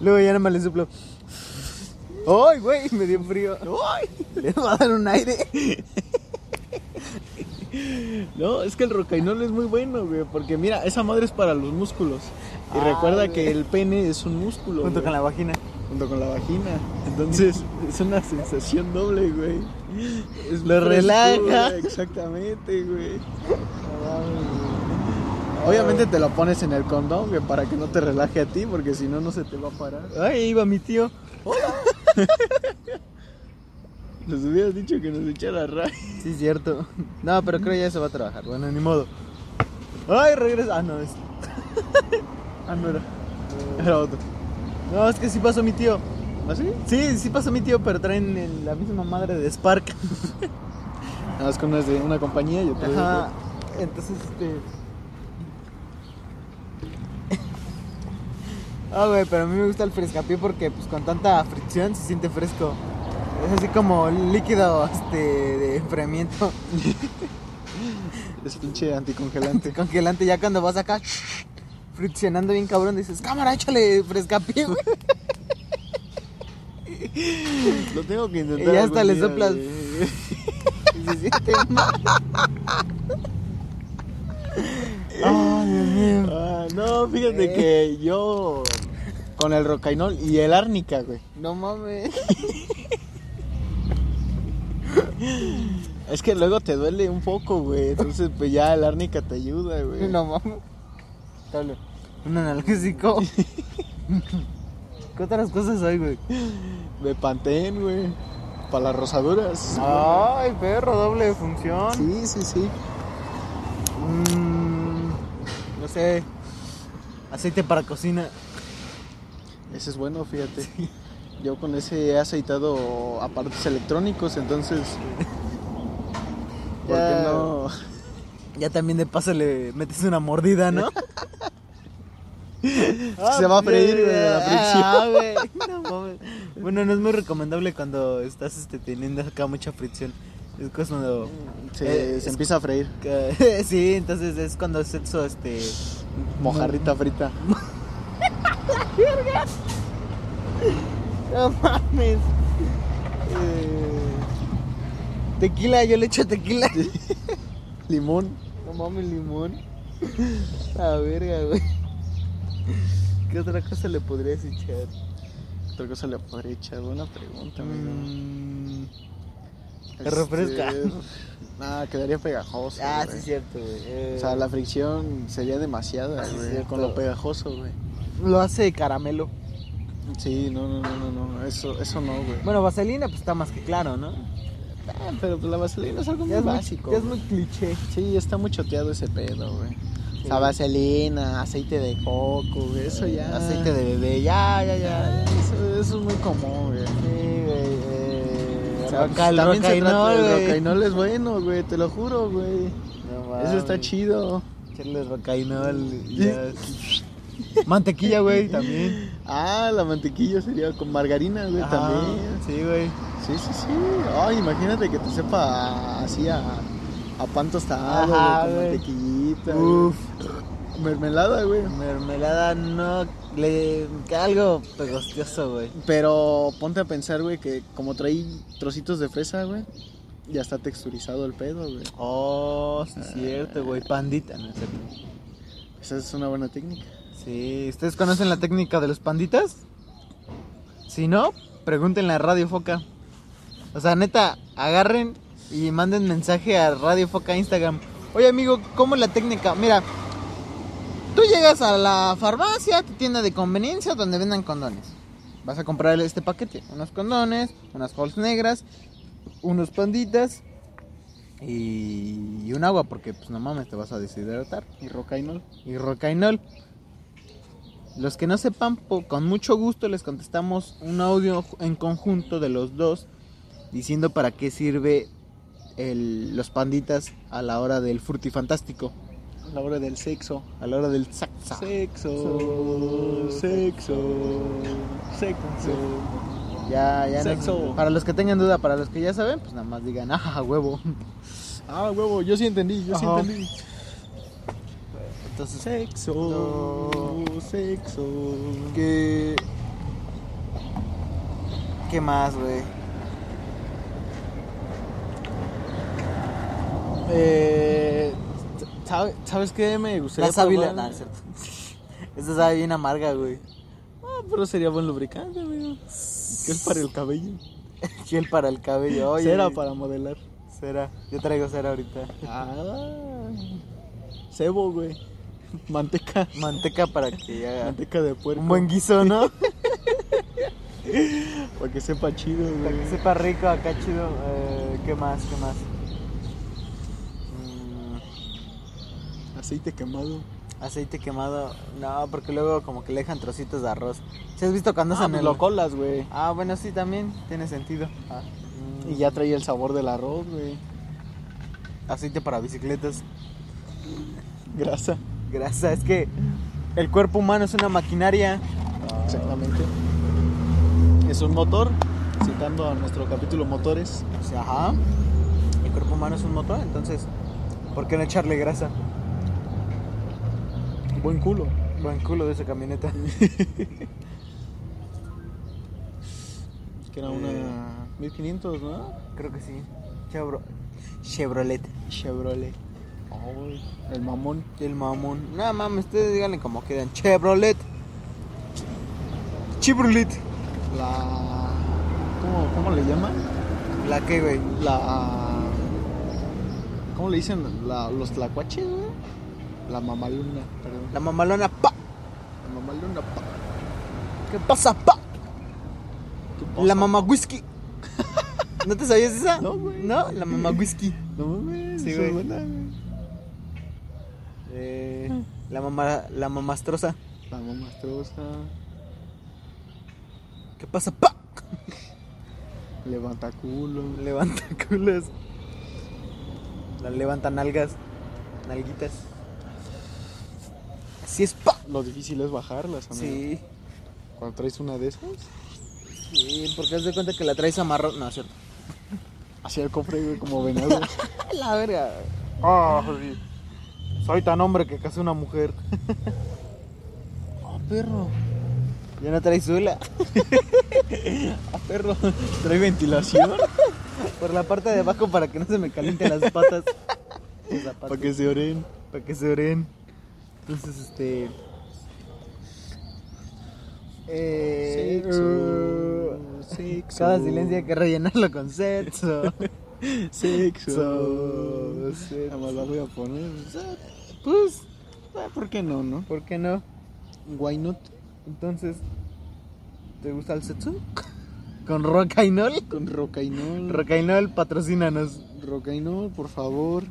S5: Luego ya nada más le soplo. ¡Ay, güey! Me dio frío. ¡Ay! Le va a dar un aire.
S6: No, es que el rocainol es muy bueno, güey. Porque mira, esa madre es para los músculos. Y
S5: Ah,
S6: recuerda
S5: güey.
S6: que el pene es un músculo.
S5: Junto
S6: güey.
S5: con la vagina.
S6: junto con la vagina. Entonces es una sensación doble, güey. Es
S5: Lo
S6: frescura,
S5: relaja.
S6: Exactamente, güey.
S5: Obviamente
S6: Obviamente te lo pones en el condón, güey, para que no te relaje a ti, porque si no, no se te va a parar.
S5: Ay, iba mi tío.
S6: Nos hubieras dicho que nos echara ray.
S5: Sí, es cierto. No, pero creo ya eso va a trabajar. Bueno, ni modo. Ay, regresa. Ah, no, es. Ah, no era. Era otro. No, es que sí pasó mi tío.
S6: ¿Ah, sí?
S5: Sí, sí pasó mi tío, pero traen el- la misma madre de Spark.
S6: Nada más que uno es de una compañía y otro es de
S5: Ajá.
S6: otra.
S5: Entonces, este. Ah, güey, pero a mí me gusta el frescapié porque, pues, con tanta fricción se siente fresco. Es así como líquido, este, de enfriamiento.
S6: Es pinche anticongelante.
S5: Congelante, ya cuando vas acá, friccionando bien cabrón, dices, cámara, échale frescapié, güey.
S6: lo tengo que
S5: Y
S6: intentar.
S5: ya hasta le
S6: algún día,
S5: soplas.
S6: güey.
S5: Y se siente mal. Ay, Dios mío.
S6: Ah, no, fíjate que yo. Con el rocainol y el árnica, güey.
S5: No mames.
S6: Es que luego te duele un poco, güey. Entonces, pues ya el árnica te ayuda, güey.
S5: No mames. Dale. Un analgésico. ¿Qué otras cosas hay, güey?
S6: De pantén, güey. Para las rosaduras.
S5: Ay, perro, doble de función.
S6: Sí, sí, sí.
S5: Mm, no sé. Aceite para cocina.
S6: Ese es bueno, fíjate. Yo con ese he aceitado aparatos electrónicos, entonces. ¿Por
S5: Ya.
S6: qué no?
S5: Ya también de paso le metes una mordida, ¿no?
S6: se va a freír, güey, de la fricción.
S5: Ah, güey. No mames. Bueno, no es muy recomendable cuando estás este, teniendo acá mucha fricción. Es cuando
S6: Se,
S5: Eh,
S6: se
S5: es-
S6: empieza a freír.
S5: que- sí, entonces es cuando es eso, este.
S6: Mojarrita frita.
S5: No mames. Eh, Tequila, yo le echo tequila.
S6: Limón.
S5: No mames, limón. La verga, güey. ¿Qué otra cosa le podrías echar?
S6: Otra cosa le podría echar. Buena pregunta, amigo.
S5: Mm,
S6: Este,
S5: refresca.
S6: Nah, quedaría pegajoso.
S5: Ah, sí,
S6: güey.
S5: es cierto, güey. Eh,
S6: O sea, la fricción sería demasiada,
S5: Sí,
S6: güey,
S5: cierto.
S6: con lo pegajoso, güey.
S5: Lo hace de caramelo.
S6: Sí, no, no, no, no, no, eso, eso no, güey.
S5: Bueno, vaselina, pues está más que claro, ¿no?
S6: Ah, pero pues la vaselina es algo
S5: Ya
S6: muy
S5: es muy-
S6: básico.
S5: ya es
S6: güey.
S5: muy cliché.
S6: Sí, está muy choteado ese pedo, güey. O sea,
S5: Sí.
S6: vaselina, aceite de coco, güey, eso ya.
S5: Aceite de bebé, ya, ya, ya.
S6: Ya, Eso, eso es muy común, güey.
S5: Sí, güey. Eh,
S6: O sea,
S5: roca- el
S6: también se trata
S5: rocainol,
S6: de
S5: güey.
S6: rocainol es bueno, güey, te lo juro, güey.
S5: No
S6: Eso está
S5: mames.
S6: chido.
S5: Echarle rocainol. y ya. Mantequilla, güey, también.
S6: Ah, la mantequilla sería con margarina, güey,
S5: Ajá,
S6: también.
S5: Sí, güey.
S6: Sí, sí, sí. Ay, imagínate que te sepa así a, a pan tostado,
S5: Ajá,
S6: güey, con
S5: güey.
S6: mantequillita.
S5: Uf.
S6: güey. Mermelada, güey.
S5: Mermelada no. Le, que algo pegostioso, güey.
S6: Pero ponte a pensar, güey, que como trae trocitos de fresa, güey, ya está texturizado el pedo, güey.
S5: Oh, sí, es cierto, güey. Pandita, no es cierto.
S6: Esa es una buena técnica.
S5: Sí, ¿ustedes conocen la técnica de los panditas? Si no, pregúntenle a Radio Foca. O sea, neta, agarren y manden mensaje a Radio Foca Instagram. Oye, amigo, ¿cómo es la técnica? Mira, tú llegas a la farmacia, tu tienda de conveniencia donde vendan condones. Vas a comprar este paquete, unos condones, unas halls negras, unos panditas y, y un agua porque pues no mames, te vas a deshidratar
S6: Y rocainol.
S5: y Rocainol. Los que no sepan, po- con mucho gusto les contestamos un audio ju- en conjunto de los dos diciendo para qué sirve el- los panditas a la hora del frutifantástico,
S6: A La hora del sexo.
S5: a la hora del saxa.
S6: Sexo, sexo, sexo.
S5: Ya, ya no-
S6: Sexo.
S5: para los que tengan duda, para los que ya saben, pues nada más digan, ah, huevo.
S6: Ah, huevo, yo sí entendí, yo
S5: Ajá.
S6: sí entendí.
S5: Entonces,
S6: Sexo, sexo.
S5: ¿qué, ¿qué más, güey?
S6: Eh, ¿sabe- ¿Sabes qué me gustaría
S5: La sábila.
S6: probar?
S5: Nah, es cierto. Esa sabe bien amarga, güey.
S6: Ah, pero sería buen lubricante, amigo. Que es para el cabello.
S5: Gel para el cabello, oye.
S6: Cera para modelar.
S5: Cera. Yo traigo cera ahorita.
S6: Ah, cebo, güey. Manteca.
S5: Manteca para que haga
S6: Manteca de puerco.
S5: un buen guiso, ¿no?
S6: Para que sepa chido,
S5: Para
S6: güey.
S5: que sepa rico, acá chido. Eh, ¿Qué más? ¿Qué más? Mm,
S6: Aceite quemado.
S5: aceite quemado. No, porque luego como que le dejan trocitos de arroz. ¿Sí has visto cuando
S6: Ah,
S5: hacen
S6: pues
S5: el
S6: lo colas, güey.
S5: Ah, bueno, sí, también tiene sentido. Ah,
S6: Y ya traía el sabor del arroz, güey.
S5: Aceite para bicicletas.
S6: Grasa.
S5: Grasa, es que el cuerpo humano es una maquinaria.
S6: Exactamente. Es un motor, citando a nuestro capítulo motores.
S5: O sea, ajá. El cuerpo humano es un motor, entonces, ¿por qué no echarle grasa?
S6: Buen culo.
S5: Buen culo de esa camioneta.
S6: Que era una 1500, ¿no?
S5: Eh. Creo que sí. Chevro- Chevrolet.
S6: Chevrolet. Ay, el mamón.
S5: El mamón. No mames, ustedes díganle como quieran. Chevrolet. Chevrolet.
S6: La. ¿Cómo, cómo le llaman?
S5: ¿La qué, güey?
S6: La. ¿Cómo le dicen? La, los tlacuaches, güey. La mamaluna, perdón.
S5: La mamalona, pa.
S6: La mamaluna, pa.
S5: ¿Qué pasa, pa?
S6: ¿Qué pasa?
S5: La mamá whisky. ¿No te sabías esa?
S6: No, güey.
S5: No, la mamá whisky.
S6: No mames,
S5: Sí,
S6: esa es
S5: güey.
S6: buena, güey.
S5: Eh, la mamá, la mamastrosa.
S6: La mamastrosa.
S5: ¿Qué pasa, pa?
S6: Levanta culo.
S5: Levanta culos. La levanta nalgas. Nalguitas. Así es, pa.
S6: Lo difícil es bajarlas, amigo.
S5: Sí.
S6: Cuando traes una de esas,
S5: Sí, porque has de cuenta que la traes amarrado. No, es cierto.
S6: hacia el cofre, güey, como venado.
S5: La verga. Ah, Soy tan hombre que casi una mujer.
S6: ¡Ah, perro!
S5: Oh, Ya no traes suela.
S6: ¡Ah, perro! ¿Trae ventilación?
S5: Por la parte de abajo para que no se me calienten las patas. Los zapatos.
S6: Para que se oren.
S5: Para que se oren. Entonces, este. Eh,
S6: Sexo. Sexo.
S5: Cada silencio hay que rellenarlo con sexo.
S6: Sexo.
S5: Sexo.
S6: Nada más la voy a poner. O sea,
S5: pues,
S6: ah, ¿Por qué no, no?
S5: ¿por qué no?
S6: Why not?
S5: Entonces, ¿te gusta el sexo? Con Rocainol.
S6: Con Rocainol.
S5: Rocainol, patrocínanos.
S6: Rocainol, por favor.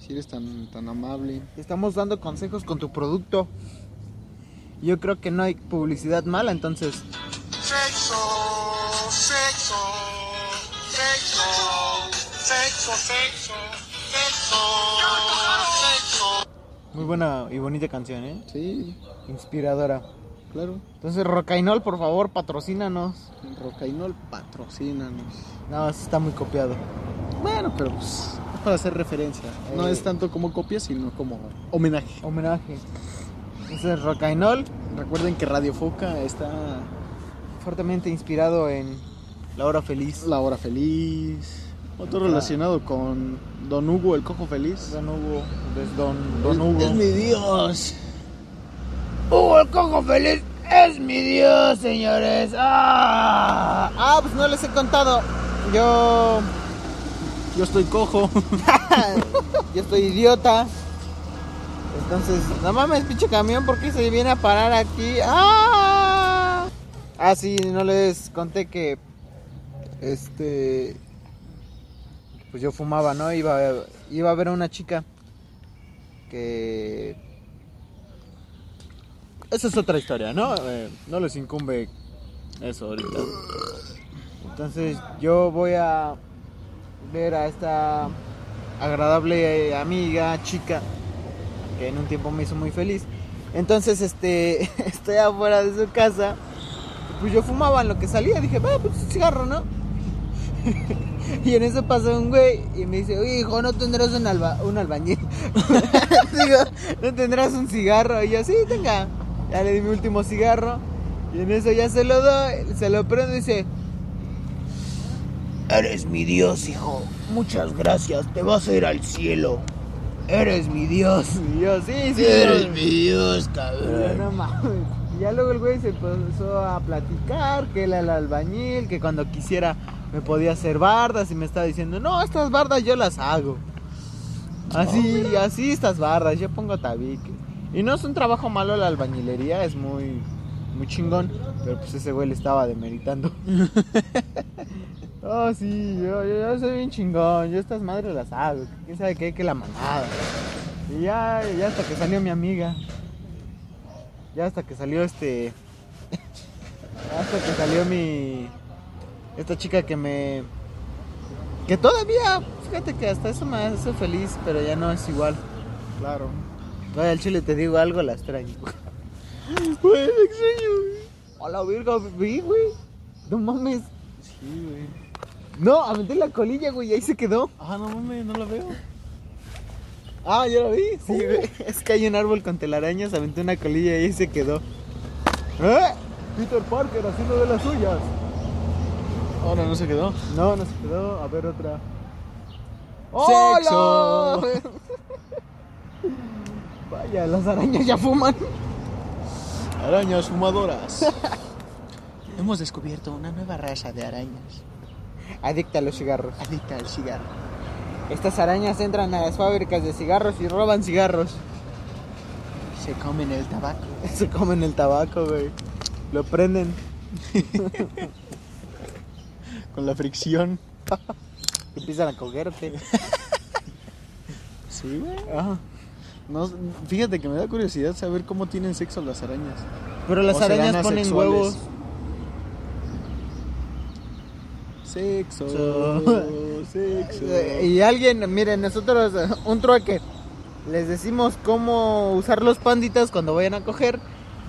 S6: Si eres tan, tan amable.
S5: Estamos dando consejos con tu producto. Yo creo que no hay publicidad mala, entonces.
S3: Sexo, sexo, sexo, sexo, sexo, sexo, sexo.
S5: Muy buena y bonita canción, ¿eh?
S6: Sí,
S5: Inspiradora.
S6: claro.
S5: Entonces, Rocainol, por favor, patrocínanos.
S6: Rocainol, patrocínanos.
S5: No, eso está muy copiado.
S6: Bueno, pero pues es para hacer referencia. No
S5: Eh.
S6: es tanto como copia, sino como homenaje.
S5: Homenaje. Entonces, Rocainol,
S6: Recuerden que Radio Foca está
S5: fuertemente inspirado en La Hora Feliz.
S6: La Hora Feliz. Otro
S5: Ajá.
S6: relacionado con Don Hugo, el cojo feliz.
S5: Don Hugo, es Don, don Hugo.
S6: Es, es mi Dios.
S5: ¡Uh, el cojo feliz es mi Dios, señores! ¡Ah! ah, pues no les he contado. Yo.
S6: Yo estoy cojo.
S5: Yo estoy idiota. Entonces, no mames, pinche camión, ¿por qué se viene a parar aquí? ¡Ah! Ah, sí, no les conté que. Este. Pues yo fumaba, ¿no? Iba a, iba a ver a una chica. Que. Esa es otra historia, ¿no? Eh, no les incumbe eso ahorita. Entonces, yo voy a ver a esta agradable eh, amiga, chica, que en un tiempo me hizo muy feliz. Entonces, este, estoy afuera de su casa. Pues yo fumaba en lo que salía, dije, va, pues un cigarro, ¿no? y en eso pasó un güey y me dice, oye, hijo, ¿no tendrás un, alba, un albañil? Digo, ¿no tendrás un cigarro? Y yo, sí, tenga. Ya le di mi último cigarro. Y en eso ya se lo doy, se lo prendo y dice,
S7: Eres mi Dios, hijo. Muchas gracias. Te vas a ir al cielo. Eres mi Dios.
S5: y yo, sí, sí.
S7: Eres
S5: no".
S7: mi Dios,
S5: Pero
S7: cabrón.
S5: no mames. Y ya luego el güey se empezó a platicar que él era el albañil, que cuando quisiera me podía hacer bardas y me estaba diciendo, no, estas bardas yo las hago. Así, así estas bardas, yo pongo tabique. Y no es un trabajo malo la albañilería, es muy, muy chingón, pero pues ese güey le estaba demeritando. Oh, sí, yo, yo, yo soy bien chingón, yo estas madres las hago, quién sabe qué, que la manada. Y ya, ya hasta que salió mi amiga. Ya hasta que salió este. Hasta que salió mi. Esta chica que me. Que todavía, fíjate que hasta eso me hace feliz, pero ya no es igual.
S6: Claro.
S5: Vaya, al chile te digo algo, la extraño.
S6: Güey, me extraño.
S5: A la virga, vi, güey. No mames.
S6: Sí, güey.
S5: No, aventé la colilla, güey, y ahí se quedó.
S6: Ah, no mames, no la veo.
S5: Ah, ya lo vi.
S6: Uh.
S5: Sí, güey. Es que hay un árbol con telarañas, aventé una colilla y ahí se quedó. ¿Eh?
S6: Peter Parker haciendo de las suyas. Ahora no se quedó.
S5: No, no se quedó. A ver otra.
S6: ¡Hola!
S5: Vaya, las arañas ya fuman.
S6: Arañas fumadoras.
S7: Hemos descubierto una nueva raza de arañas,
S5: Adicta a los cigarros.
S7: adicta al cigarro.
S5: Estas arañas entran a las fábricas de cigarros y roban cigarros.
S7: Se comen el tabaco.
S5: Se comen el tabaco, güey. Lo prenden.
S6: Con la fricción.
S5: Empiezan a cogerte.
S6: Sí, güey.
S5: Ajá.
S6: No, fíjate que me da curiosidad saber cómo tienen sexo las arañas.
S5: Pero las
S6: O serán
S5: arañas ponen
S6: asexuales.
S5: huevos.
S6: Sexo.
S5: So-
S6: Sexo.
S5: Y alguien, miren, nosotros eh, un trueque. Les decimos cómo usar los panditas cuando vayan a coger.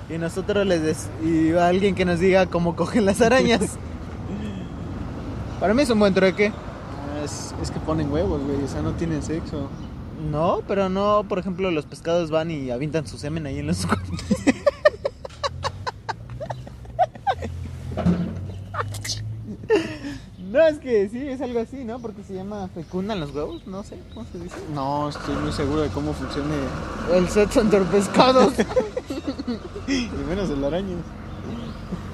S5: Y nosotros les des- y alguien que nos diga cómo cogen las arañas. Para mí es un buen trueque.
S6: Ah, Es, es que ponen huevos, güey. O sea, no tienen sexo.
S5: No, pero no, por ejemplo, los pescados van y avientan su semen ahí en los cuartos. No, es que sí, es algo así, ¿no? Porque se llama fecundan los huevos, no sé cómo se dice.
S6: No, estoy muy seguro de cómo funciona.
S5: El sexo entre pescados.
S6: Y menos el araña.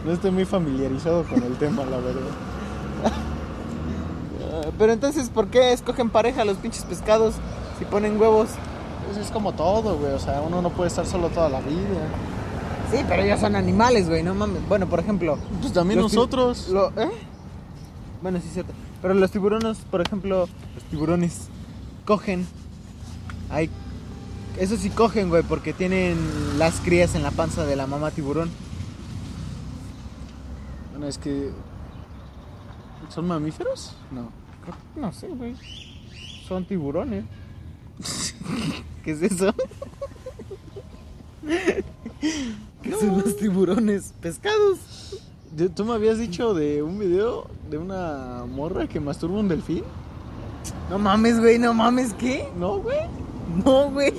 S6: No estoy muy familiarizado con el tema, la verdad.
S5: Ah, Pero entonces, ¿por qué escogen pareja los pinches pescados si ponen huevos?
S6: Pues es como todo, güey. O sea, uno no puede estar solo toda la vida.
S5: Sí, pero ellos son animales, güey, no mames. Bueno, por ejemplo,
S6: Pues también
S5: Los ti-
S6: nosotros.
S5: lo- ¿eh? Bueno, sí es cierto. Pero los tiburones, por ejemplo, los tiburones cogen. Ay, eso sí cogen, güey, porque tienen las crías en la panza de la mamá tiburón.
S6: Bueno, es que. ¿Son mamíferos? No.
S5: No sé, güey. Son tiburones. ¿Qué es eso? ¿Qué son los tiburones? ¿Pescados?
S6: Yo- Tú me habías dicho de un video de una morra que masturba un delfín.
S5: No mames, güey, no mames, ¿qué?
S6: No, güey.
S5: No, güey.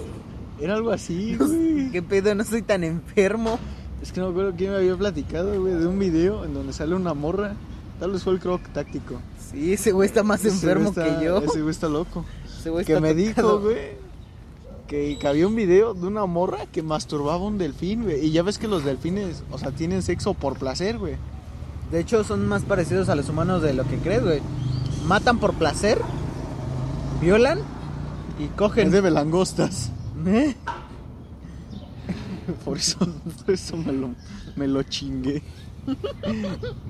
S6: Era algo así, güey.
S5: ¿Qué pedo? No soy tan enfermo.
S6: Es que no me acuerdo quién me había platicado, güey, de un video en donde sale una morra. Tal vez fue el croc táctico.
S5: Sí, ese güey está más
S6: Ese güey
S5: enfermo
S6: está-
S5: que yo.
S6: Ese güey está loco.
S5: Ese güey
S6: que
S5: está
S6: me
S5: tocado.
S6: dijo, güey, que, que había un video de una morra que masturbaba un delfín, güey. Y ya ves que los delfines, o sea, tienen sexo por placer, güey.
S5: De hecho, son más parecidos a los humanos de lo que crees, güey. Matan por placer, violan y
S6: Es
S5: cogen.
S6: de belangostas.
S5: ¿Eh?
S6: Por eso, por eso me, lo, me lo chingué.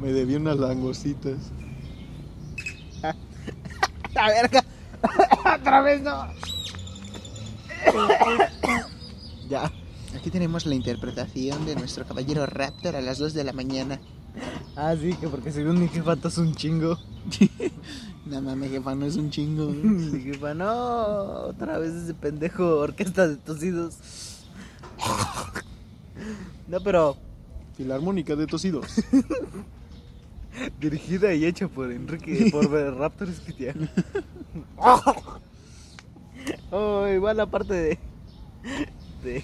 S6: Me debí unas langostitas.
S5: La verga. Otra vez no.
S6: Ya.
S7: Aquí tenemos la interpretación de nuestro caballero Raptor a las 2 de la mañana.
S5: Ah, sí, que porque según mi jefa tos un chingo.
S6: No mames, jefa, no es un chingo. güey.
S5: Mi jefa, no, otra vez ese pendejo orquesta de tosidos. No, pero
S6: Filarmónica de tosidos.
S5: dirigida y hecha por Enrique, por Raptor Esquitiano. Oh, igual la parte de... de...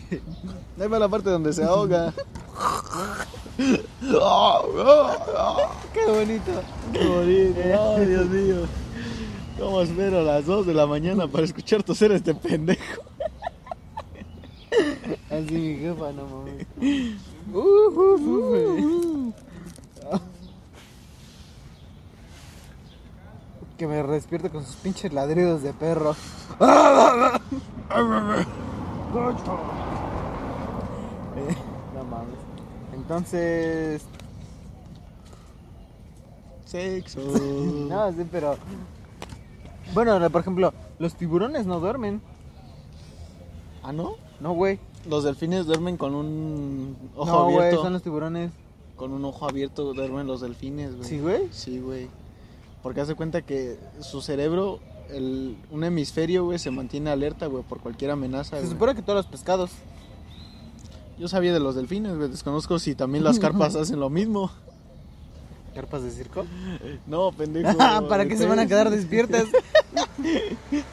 S6: Ahí va la parte donde se ahoga.
S5: Qué bonito.
S6: Qué bonito. Ay, Dios mío. ¿Cómo espero a las 2 de la mañana para escuchar toser a este pendejo?
S5: Así mi jefa, no mames.
S6: Uh,
S5: que me despierto con sus pinches ladridos de perro. Eh, no mames. Entonces,
S6: Sexo. Mm.
S5: no, sí, pero. Bueno, por ejemplo, los tiburones no duermen.
S6: ¿Ah, no?
S5: No, güey.
S6: Los delfines duermen con un ojo
S5: No, güey,
S6: abierto.
S5: son los tiburones.
S6: Con un ojo abierto duermen los delfines, güey.
S5: ¿Sí, güey?
S6: Sí, güey. Porque hace cuenta que su cerebro, el, un hemisferio, güey, se mantiene alerta, güey, por cualquier amenaza.
S5: Se
S6: güey.
S5: supone que todos los pescados.
S6: Yo sabía de los delfines, güey. Desconozco si también las carpas hacen lo mismo.
S5: ¿Carpas de circo?
S6: No, pendejo.
S5: ¿Para qué se van a quedar despiertas?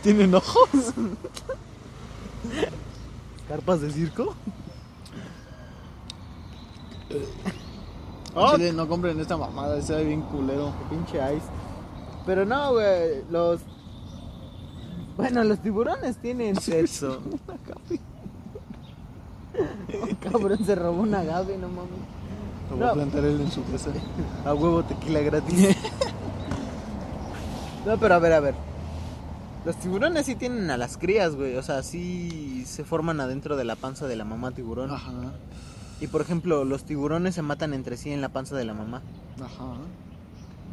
S6: ¿Tienen ojos?
S5: ¿Carpas de circo?
S6: Al chile, no compren esta mamada, sabe bien culero.
S5: Pinche ice. Pero no, güey, los... Bueno, los tiburones tienen sexo. Cabrón, se robó una agave, no mames.
S6: Lo voy a
S5: No.
S6: plantar él en su casa.
S5: A huevo tequila gratis. no, pero a ver, a ver. Los tiburones sí tienen a las crías, güey. O sea, sí se forman adentro de la panza de la mamá tiburón.
S6: Ajá,
S5: Y por ejemplo, los tiburones se matan entre sí en la panza de la mamá.
S6: ajá.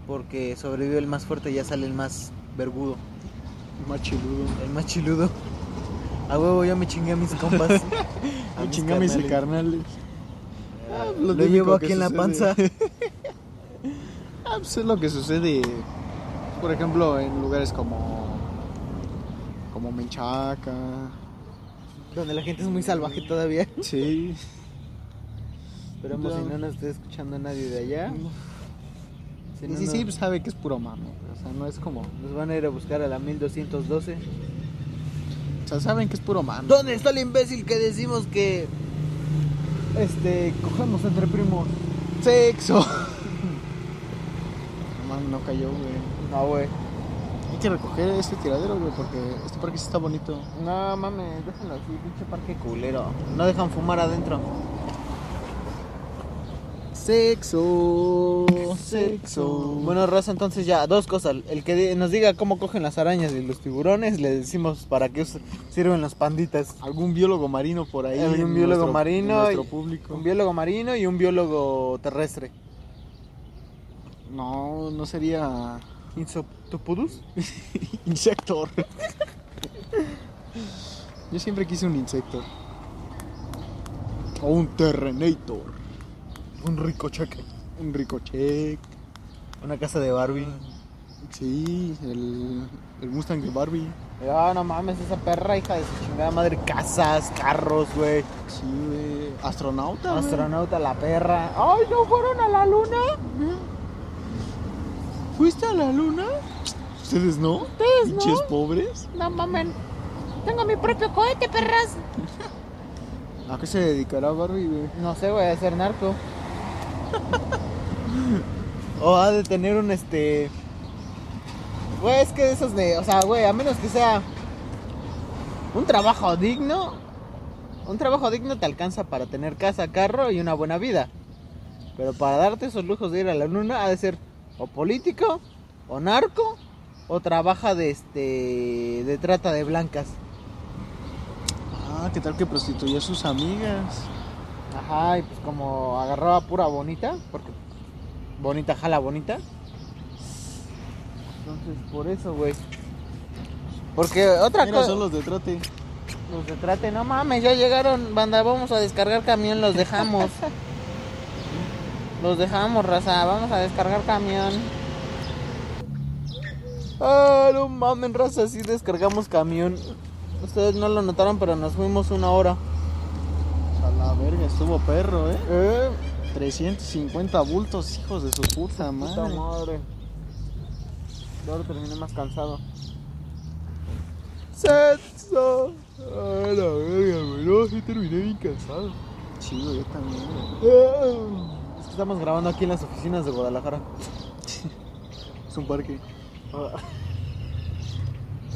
S5: Porque sobrevive el más fuerte y ya sale el más vergudo.
S6: Machiludo.
S5: El más chiludo. A huevo, yo me chingué a mis compas. A
S6: Me
S5: mis
S6: chinga Ah, mis
S5: carnales.
S6: carnales. Ah, pues,
S5: Lo
S6: típico
S5: llevo
S6: que
S5: aquí en la
S6: sucede.
S5: panza.
S6: Ah, pues es lo que sucede, por ejemplo, en lugares como. como Menchaca.
S5: Donde la gente es muy salvaje todavía.
S6: Sí.
S5: Esperemos si no nos esté escuchando nadie de allá. Si
S6: Y
S5: no,
S6: sí,
S5: no-
S6: sí, pues sabe que es puro mame. O sea, no es como.
S5: Nos van a ir a buscar a la 1212.
S6: O sea, saben que es puro mame.
S5: ¿Dónde está el imbécil que decimos que este cogemos entre primos?
S6: Sexo. Man, no cayó, güey.
S5: No, güey.
S6: Hay que recoger este tiradero, güey, porque este parque sí está bonito.
S5: No mames, déjalo así, pinche parque culero. No dejan fumar adentro.
S6: Sexo.
S5: Sexo. Bueno, raza, entonces ya, dos cosas. El que di- nos diga cómo cogen las arañas y los tiburones, le decimos para qué us- sirven las panditas.
S6: algún biólogo marino por ahí.
S5: Algún
S6: en
S5: Eh, biólogo
S6: nuestro-
S5: marino
S6: en
S5: y-
S6: Nuestro público.
S5: Un biólogo marino y un biólogo terrestre.
S6: No, no sería
S5: ¿Insoptopodus?
S6: insector. Yo siempre quise un insector. O un terrenator.
S5: Un rico cheque.
S6: Un ricochet.
S5: Una casa de Barbie.
S6: Sí, el, el Mustang de Barbie.
S5: Ah, no mames, esa perra, hija de su chingada madre. Casas, carros, güey.
S6: Sí, güey. Astronauta. güey.
S5: Astronauta, la perra. ¡Ay, no fueron a la luna!
S6: ¿Fuiste a la luna? ¿Ustedes no? ¿Ustedes no? pobres?
S1: No mamen. Tengo mi propio cohete, perras.
S6: ¿A qué se dedicará Barbie, güey?
S5: No sé, güey, a ser narco. o ha de tener un este. Güey, es que de esos de. O sea, güey, a menos que sea. Un trabajo digno. Un trabajo digno te alcanza para tener casa, carro y una buena vida. Pero para darte esos lujos de ir a la luna, ha de ser o político, o narco, o trabaja de este. de trata de blancas.
S6: Ah, ¿qué tal que prostituía a sus amigas?
S5: Ajá, y pues como agarraba pura bonita, porque bonita jala bonita. Entonces, por eso, güey. Porque otra
S6: Mira,
S5: cosa,
S6: son los de trote.
S5: los de trate, no mames, ya llegaron, banda, vamos a descargar camión, los dejamos. los dejamos, raza, vamos a descargar camión. Ah, no mames, raza, sí descargamos camión. Ustedes no lo notaron, pero nos fuimos una hora.
S6: A la verga, estuvo perro, ¿eh?
S5: Eh,
S6: 350 bultos, hijos de su puta madre.
S5: Puta madre. Ahora terminé más cansado.
S6: Sexo. A la verga, güey. No, sí terminé bien cansado. Ah. Sí, güey, yo también, güey.
S5: Es que estamos grabando aquí en las oficinas de Guadalajara.
S6: Es un parque.
S5: Ah.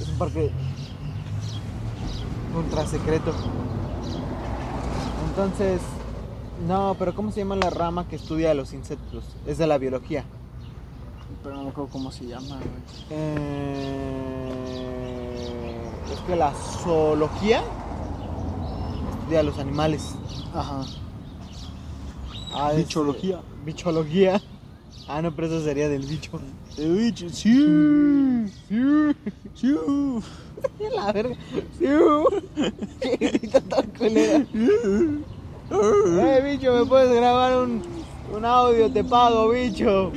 S5: Es un parque ultra secreto. Entonces, no, pero ¿cómo se llama la rama que estudia a los insectos? Es de la biología.
S6: Pero no me acuerdo cómo se llama, güey.
S5: Eh, es que la zoología estudia a los animales.
S6: Ajá.
S5: Ah, es-
S6: Bichología.
S5: Bichología. Ah, no, pero eso sería del bicho.
S6: He dicho, Mm, sí, sí, sí.
S5: La verga. Grita tan culero. Eh, bicho, ¿me puedes grabar un, un audio? Te pago, bicho.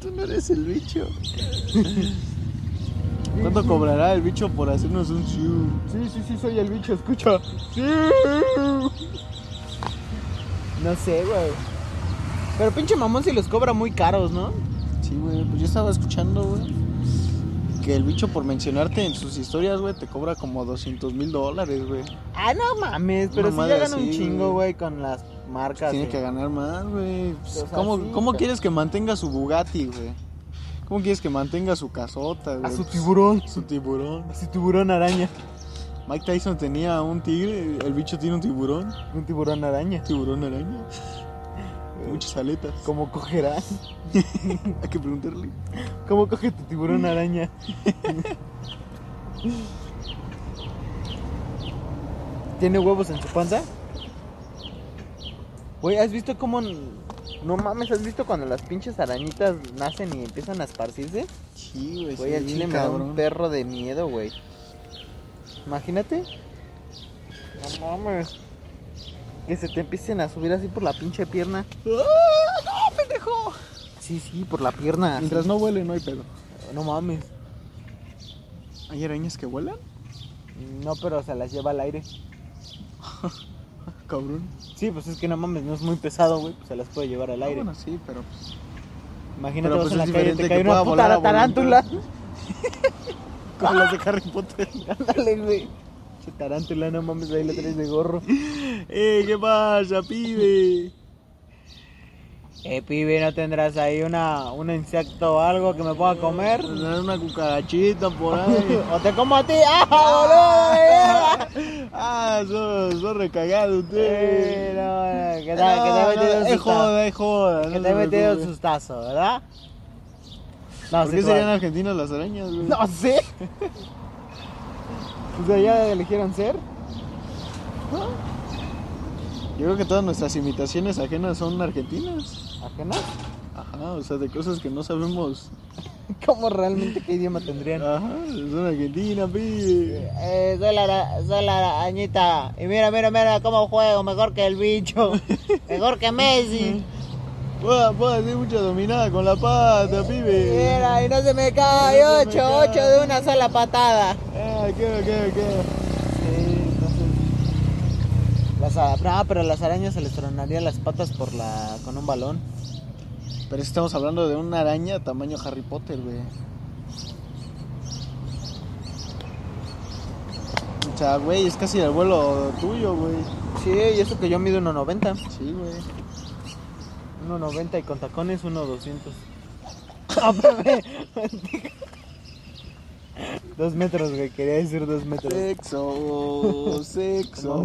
S6: Tú no eres el bicho. ¿Cuánto cobrará el bicho por hacernos un siu?
S5: Sí, sí, sí, soy el bicho, escucha. No sé, güey. Pero pinche mamón si los cobra muy caros, ¿no?
S6: Sí, güey, pues yo estaba escuchando, güey. Que el bicho por mencionarte en sus historias, güey, te cobra como 200 mil dólares, güey.
S5: Ah, no mames, pero si
S6: Mamada
S5: ya gana un
S6: así,
S5: chingo, güey,
S6: güey.
S5: con las marcas.
S6: Tiene
S5: güey.
S6: que ganar más, güey. Pues,
S5: O sea,
S6: ¿Cómo,
S5: sí,
S6: cómo
S5: pero-
S6: quieres que mantenga su Bugatti, güey? ¿Cómo quieres que mantenga su casota, güey? Pues,
S5: A su tiburón.
S6: Su tiburón.
S5: Su tiburón araña.
S6: Mike Tyson tenía un tigre, el bicho tiene un tiburón.
S5: Un tiburón araña.
S6: Tiburón araña. Muchas aletas.
S5: ¿Cómo cogerá?
S6: Hay que preguntarle.
S5: ¿Cómo coge tu tiburón araña? ¿Tiene huevos en su panza? Güey, ¿has visto cómo.? n- No mames, ¿has visto cuando las pinches arañitas nacen y empiezan a esparcirse?
S6: Sí, güey.
S5: Güey, al
S6: sí,
S5: chile me da un
S6: cabrón.
S5: perro de miedo, güey. Imagínate. No mames. Que se te empiecen a subir así por la pinche pierna.
S6: ¡Ah, ¡No, pendejo!
S5: Sí, sí, por la pierna.
S6: Mientras no huele, no hay pedo.
S5: No mames.
S6: ¿Hay arañas que vuelan?
S5: No, pero se las lleva al aire.
S6: Cabrón.
S5: Sí, pues es que no mames, no es muy pesado, güey. Pues se las puede llevar al
S6: Ah,
S5: aire.
S6: bueno, sí, pero pues,
S5: Imagínate,
S6: Pero
S5: vas
S6: pues
S5: en la
S6: es
S5: calle, te
S6: diferente
S5: cae
S6: que
S5: una
S6: pueda volar a
S5: puta tarántula.
S6: Como las de Harry Potter.
S5: Ándale, güey. Che, tarántula, no mames, ahí le traes de gorro.
S6: ¡Eh, qué pasa, pibe!
S5: Eh, pibe, ¿no tendrás ahí una, un insecto o algo que me pueda comer?
S6: Dar una cucarachita por ahí.
S5: O te como a ti. ¡Ah, boludo!
S6: ¡Ah, sos, sos recagado
S5: Eh,
S6: usted!
S5: no, no, que te, que te ha metido
S6: no,
S5: un
S6: es
S5: sustazo.
S6: joda, es joda.
S5: Que
S6: no
S5: te ha
S6: se
S5: metido un
S6: preocupe.
S5: sustazo, ¿verdad? No,
S6: ¿Por
S5: sé
S6: qué serían
S5: cuál.
S6: argentinas las arañas, güey?
S5: No sé. O sea, ya eligieron ser.
S6: Yo creo que todas nuestras imitaciones ajenas son argentinas.
S5: Ajenas.
S6: Ajá, o sea, de cosas que no sabemos.
S5: ¿Cómo realmente qué idioma tendrían?
S6: Ajá, son argentinas, pibe.
S5: Eh, soy, la, ara- soy la arañita. Y mira, mira, mira cómo juego. Mejor que el bicho. Mejor que Messi.
S6: Puedo, puedo hacer mucha dominada con la pata, pibe.
S5: Mira, y no se me cae.
S6: No se me
S5: 8, 8
S6: cae.
S5: de una sola patada.
S6: Ah, qué, qué, qué.
S5: Las, a- ah, pero a las arañas se les tronaría las patas por la con un balón.
S6: Pero estamos hablando de una araña tamaño Harry Potter, güey. O sea, güey, es casi el vuelo tuyo, güey.
S5: Sí, y eso que yo mido 1.90.
S6: Sí, güey.
S5: 1.90 y con tacones 1.200. Ah, dos metros, güey. Quería decir dos metros.
S6: Sexo, sexo,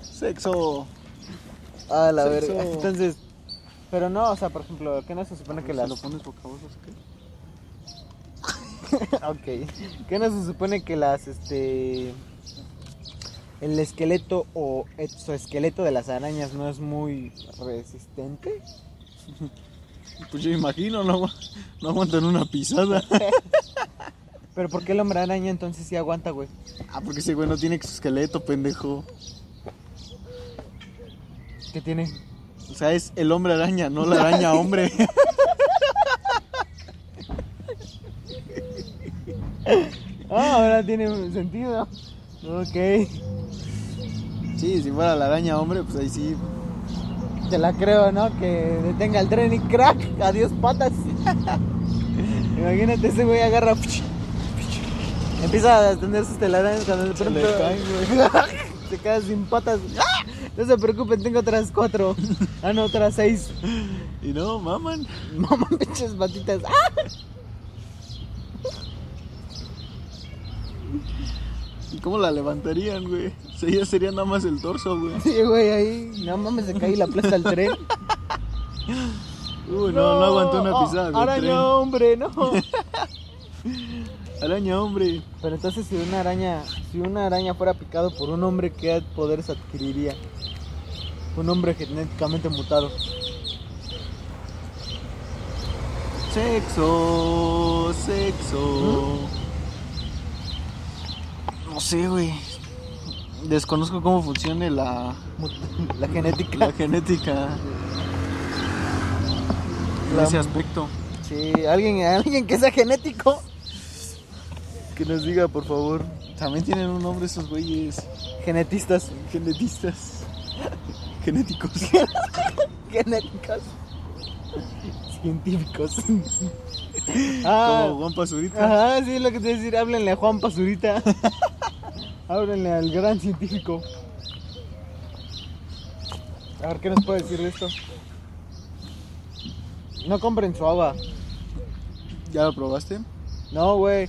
S6: sexo.
S5: Ah, la
S6: Sexo.
S5: verga. Entonces, pero no, o sea, por ejemplo, ¿qué no se supone que las.
S6: ¿Se lo pones bocabozos? ¿qué?
S5: ok. ¿Qué no se supone que las, este. El esqueleto o exoesqueleto de las arañas no es muy resistente?
S6: Pues yo imagino, no, agu- no aguantan una pisada.
S5: Pero ¿por qué el hombre araña entonces sí aguanta, güey?
S6: Ah, porque ese güey no tiene exoesqueleto, pendejo.
S5: ¿Qué tiene?
S6: O sea, es el hombre araña, no la araña hombre.
S5: Ah, ahora tiene sentido. Ok.
S6: Sí, si fuera la araña hombre, pues ahí sí.
S5: Te la creo, ¿no? Que detenga el tren y crack. Adiós, patas. Imagínate ese güey agarra. Empieza a extender sus telarañas cuando de
S6: Se le
S5: pronto se queda sin patas. ¡Ah! No se preocupen, tengo otras cuatro. Ah, no, otras seis.
S6: Y no, maman.
S5: Mamá, pinches patitas. ¡Ah!
S6: ¿Y cómo la levantarían, güey? O sea, ya sería nada más el torso, güey.
S5: Sí, güey, ahí. No mames, se cae la plaza del tren.
S6: Uy, no, no, aguantó una
S5: oh,
S6: pisada. del
S5: Araña,
S6: tren.
S5: hombre, no.
S6: Araña, hombre.
S5: Pero entonces si una araña, si una araña fuera picado por un hombre, ¿qué poderes adquiriría? Un hombre genéticamente mutado.
S6: Sexo, sexo.
S5: ¿Mm?
S6: No sé, güey. Desconozco cómo funcione la,
S5: Mut- La genética.
S6: la genética de ese aspecto.
S5: Sí, alguien, alguien que sea genético.
S6: Que nos diga, por favor. También tienen un nombre esos güeyes.
S5: Genetistas.
S6: Genetistas. Genéticos.
S5: Genéticos. Científicos.
S6: Como
S5: ah,
S6: Juan Pazurita.
S5: ajá, sí, lo que te voy a decir. Háblenle a Juan Pazurita. Háblenle al gran científico. A ver, ¿qué nos puede decir de esto? No compren su agua.
S6: ¿Ya lo probaste?
S5: No, güey.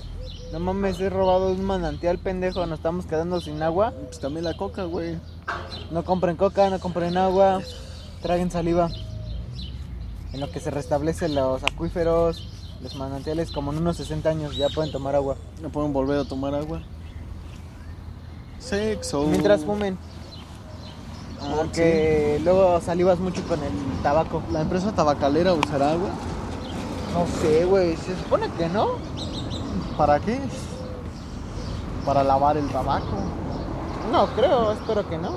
S5: No mames, he robado un manantial, pendejo. Nos estamos quedando sin agua.
S6: Pues también la coca, güey.
S5: No compren coca, no compren agua. Traguen saliva. En lo que se restablecen los acuíferos, los manantiales, como en unos 60 años ya pueden tomar agua.
S6: No pueden volver a tomar agua. Sexo.
S5: Mientras fumen,
S6: Oh. Ah,
S5: porque luego salivas mucho con el tabaco.
S6: sí. ¿La empresa tabacalera usará agua?
S5: No sé, güey. Se supone que no.
S6: ¿Para qué? Para lavar el tabaco.
S5: No, creo, espero que no.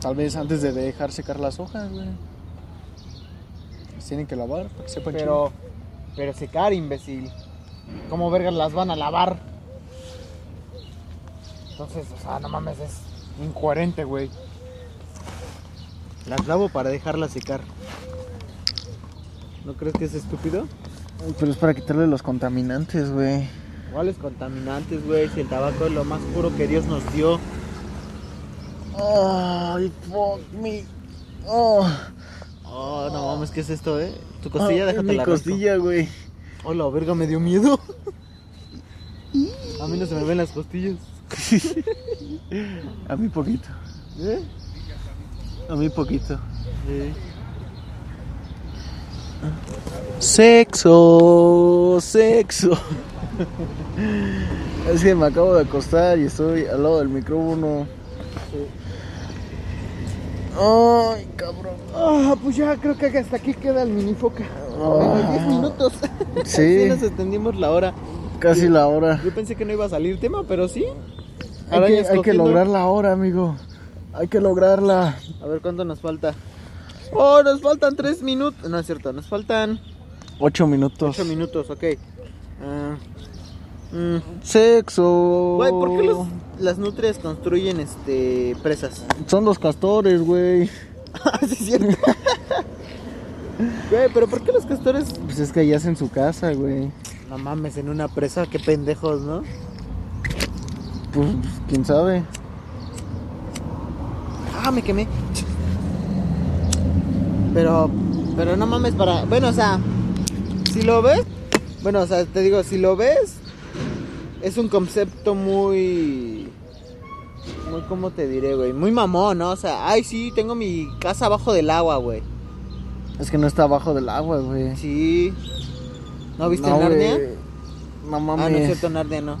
S6: Tal vez antes de dejar secar las hojas, güey. Las tienen que lavar para que sepan
S5: Pero, pero secar, imbécil. ¿Cómo vergas las van a lavar? Entonces, o sea, no mames, es incoherente, güey. Las lavo para dejarlas secar. ¿No crees que es estúpido?
S6: chido. Pero es para quitarle los contaminantes, güey.
S5: ¿Cuáles contaminantes, güey? Si el tabaco es lo más puro que Dios nos dio.
S6: Ay, fuck me. Oh, Ah,
S5: Oh, no mames, ¿qué es esto, eh? Tu costilla, déjate
S6: mi
S5: la
S6: costilla, güey.
S5: Hola, verga, me dio miedo. A mí no se me ven las costillas.
S6: A mí poquito.
S5: ¿Eh?
S6: A mí poquito.
S5: Sí.
S6: Sexo, sexo. Es que me acabo de acostar y estoy al lado del micrófono. Ay, cabrón.
S5: Ah, pues ya creo que hasta aquí queda el minifoca. Bueno, 10 minutos.
S6: Ah. Sí.
S5: nos extendimos la hora.
S6: Casi la hora.
S5: Yo pensé que no iba a salir tema, pero sí.
S6: Hay
S5: Arañas
S6: que, hay que
S5: cogiendo.
S6: lograr la hora, amigo. Hay que lograrla.
S5: A ver cuánto nos falta. Oh, nos faltan 3 minutos. No es cierto, nos faltan
S6: Ocho minutos.
S5: 8 minutos, ok. Ah, mm.
S6: Sexo.
S5: Güey, ¿por qué los- las nutrias construyen este presas?
S6: Son los castores, güey.
S5: Ah, sí, es cierto. Güey, pero ¿por qué los castores?
S6: Pues es que ahí hacen su casa, güey.
S5: No mames, en una presa, qué pendejos, ¿no?
S6: Pues, quién sabe.
S5: Ah, me quemé. Pero, pero no mames para. Bueno, o sea, si lo ves, bueno, o sea, te digo, si lo ves, es un concepto muy, muy, ¿cómo te diré, güey? Muy mamón, ¿no? O sea, ay, sí, tengo mi casa abajo del agua, güey.
S6: Es que no está abajo del agua, güey.
S5: Sí. ¿No viste
S6: No,
S5: Narnia?
S6: güey. No mames.
S5: Ah, no es cierto, Narnia no.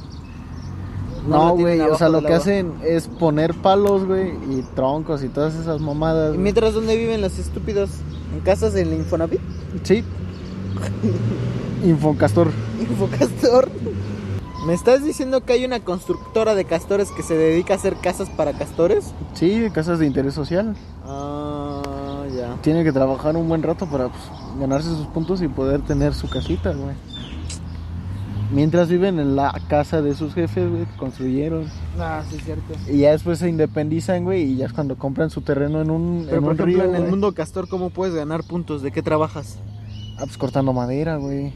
S5: la
S6: No,
S5: tienen
S6: güey, o
S5: abajo
S6: sea, lo
S5: del
S6: que
S5: agua.
S6: hacen es poner palos, güey, y troncos y todas esas mamadas.
S5: ¿Y
S6: güey.
S5: mientras dónde viven los estúpidos? ¿En casas en el Infonavit?
S6: Sí. Infocastor.
S5: Infocastor. ¿Me estás diciendo que hay una constructora de castores que se dedica a hacer casas para castores?
S6: Sí, de casas de interés social.
S5: Ah, ya.
S6: Tiene que trabajar un buen rato para pues, ganarse sus puntos y poder tener su casita, güey. Mientras viven en la casa de sus jefes, güey, que construyeron.
S5: Ah, sí, cierto.
S6: Y ya después se independizan, güey, y ya es cuando compran su terreno en un,
S5: Pero
S6: en
S5: por
S6: un
S5: ejemplo,
S6: río.
S5: en el
S6: güey.
S5: mundo castor, ¿cómo puedes ganar puntos? ¿De qué trabajas?
S6: Ah, pues cortando madera, güey.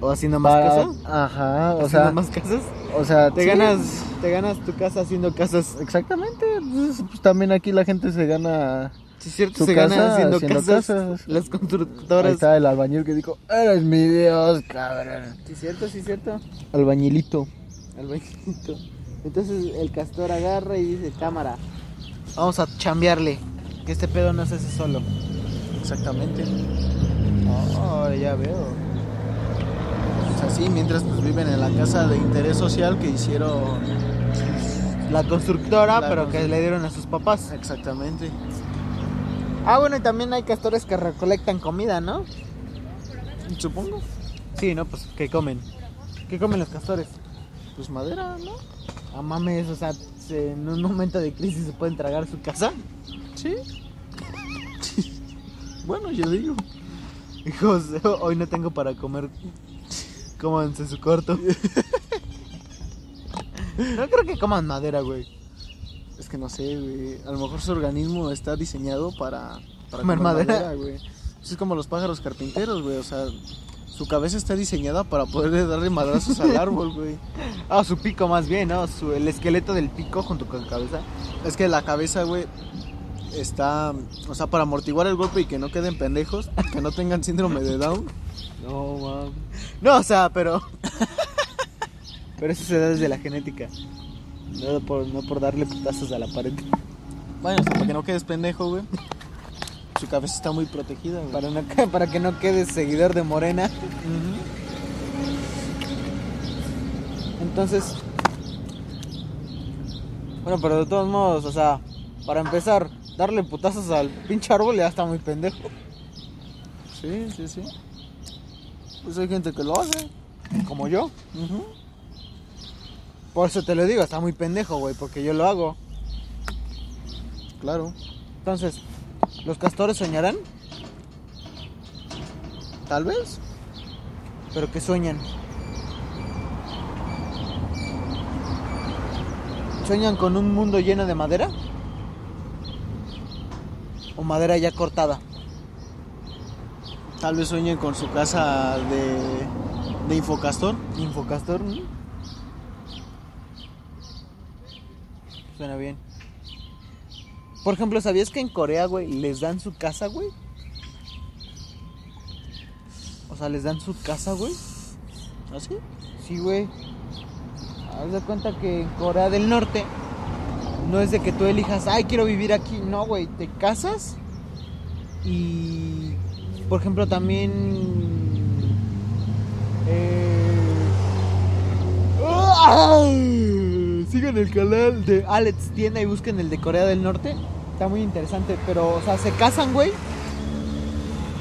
S5: ¿O haciendo más
S6: Para-
S5: casas?
S6: Ajá, o
S5: ¿Haciendo
S6: sea,
S5: más casas?
S6: o sea,
S5: Te
S6: sí,
S5: ganas, te ganas tu casa haciendo casas.
S6: Exactamente, pues, pues, también aquí la gente se gana.
S5: Sí, cierto,
S6: Tu
S5: se
S6: casa
S5: gana haciendo,
S6: haciendo
S5: casas,
S6: casas.
S5: Las
S6: Ahí
S5: constructoras.
S6: está el albañil que dijo, eres mi dios, cabrón.
S5: Sí, cierto, sí, cierto.
S6: Albañilito.
S5: Al bañito. Entonces el castor agarra y dice, cámara, vamos a chambearle, que este pedo no se hace solo.
S6: Exactamente.
S5: Oh, ya veo.
S6: Pues así, mientras pues viven en la casa de interés social que hicieron
S5: La constructora,
S6: La
S5: pero que
S6: constru-
S5: le dieron a sus papás.
S6: exactamente.
S5: Ah, bueno, y también hay castores que recolectan comida, ¿no?
S6: Supongo,
S5: Sí, ¿no? Pues que comen. ¿Qué comen los castores?
S6: pues madera, ¿no?
S5: Ah, mames, o sea, se- en un momento de crisis se pueden tragar su casa.
S6: Sí. bueno, yo digo.
S5: Hijos, hoy no tengo para comer. Cómanse su corto. No creo que coman madera, güey.
S6: Es que no sé, güey. A lo mejor su organismo está diseñado para, para
S5: Comer madera.
S6: güey. Pues es como los pájaros carpinteros, güey. O sea, su cabeza está diseñada para poder darle madrazos al árbol, güey.
S5: Ah, su pico más bien, ¿no? Su- el esqueleto del pico junto con cabeza.
S6: Es que la cabeza, güey, está. O sea, para amortiguar el golpe y que no queden pendejos, que no tengan síndrome de Down.
S5: No, mam. No, o sea, pero. Pero eso se da desde la genética. No por, no por darle putazos a la pared.
S6: Bueno, o sea, para que no quedes pendejo, güey. Su cabeza está muy protegida, güey.
S5: Para, no, que- para que no quedes seguidor de Morena. Entonces. Bueno, pero de todos modos, o sea, para empezar, darle putazos al pinche árbol ya está muy pendejo.
S6: Sí, sí, sí. Pues hay gente que lo hace.
S5: Como yo. Por eso te lo digo, está muy pendejo, güey, porque yo lo hago.
S6: Claro.
S5: Entonces, ¿los castores soñarán?
S6: Tal vez.
S5: ¿Pero qué sueñan? ¿Sueñan con un mundo lleno de madera? ¿O madera ya cortada?
S6: Tal vez sueñen con su casa de, de Infocastor.
S5: Infocastor. ¿no? Suena bien. Por ejemplo, ¿sabías que en Corea, güey, les dan su casa, güey? O sea, les dan su casa, güey. ¿Ah,
S6: ¿Así?
S5: Sí, güey. Haz de cuenta que en Corea del Norte no es de que tú elijas, ay, quiero vivir aquí. No, güey, te casas y, por ejemplo, también... eh, ¡ay! Sigan el canal de Alex Tienda y busquen el de Corea del Norte. Está muy interesante, pero, o sea, se casan, güey.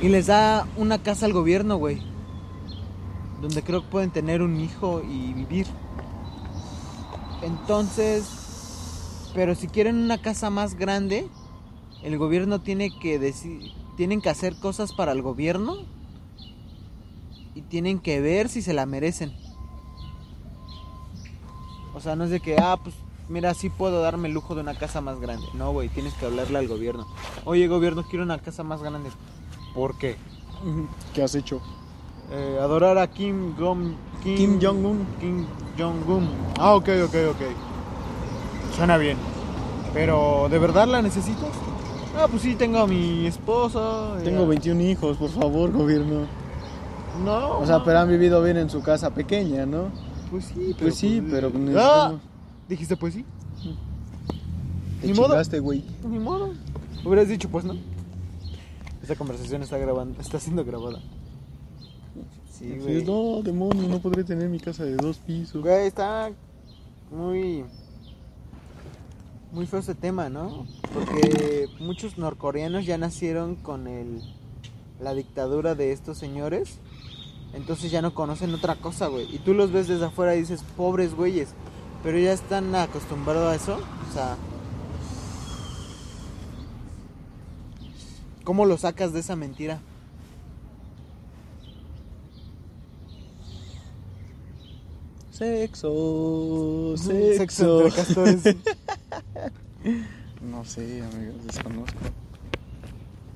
S5: Y les da una casa al gobierno, güey donde creo que pueden tener un hijo y vivir. Entonces, pero si quieren una casa más grande, el gobierno tiene que decir, tienen que hacer cosas para el gobierno y tienen que ver si se la merecen. O sea, no es de que, ah, pues mira, sí puedo darme el lujo de una casa más grande. No, güey, tienes que hablarle al gobierno. Oye, gobierno, quiero una casa más grande. ¿Por qué?
S6: ¿Qué has hecho?
S5: Eh, adorar a Kim Gong Kim,
S6: Kim Jong-un.
S5: Kim Jong-un. Ah, ok, ok, ok. Suena bien. Pero, ¿de verdad la necesitas? Ah, pues sí, tengo a mi esposa. eh,
S6: Tengo 21 hijos, por favor, gobierno.
S5: No.
S6: O sea,
S5: no,
S6: pero han vivido bien en su casa pequeña, ¿no?
S5: Pues sí, pero.
S6: Pues sí, pero
S5: Ah,
S6: necesitamos-
S5: Dijiste, pues sí.
S6: Te
S5: Ni modo.
S6: chingaste,
S8: este
S6: güey.
S5: Ni modo. Hubieras dicho, pues no. Esta conversación está grabando, está siendo grabada. Sí, güey.
S6: Dices, no, demonio, no podré tener mi casa de dos pisos.
S5: Güey, está muy. Muy feo ese tema, ¿no? Porque muchos norcoreanos ya nacieron con el, la dictadura de estos señores. Entonces ya no conocen otra cosa, güey. Y tú los ves desde afuera y dices, pobres güeyes. Pero ya están acostumbrados a eso. O sea. ¿Cómo lo sacas de esa mentira?
S6: Sexo,
S5: Sexo
S6: sexo.
S5: entre castores.
S6: No sé, amigos, desconozco.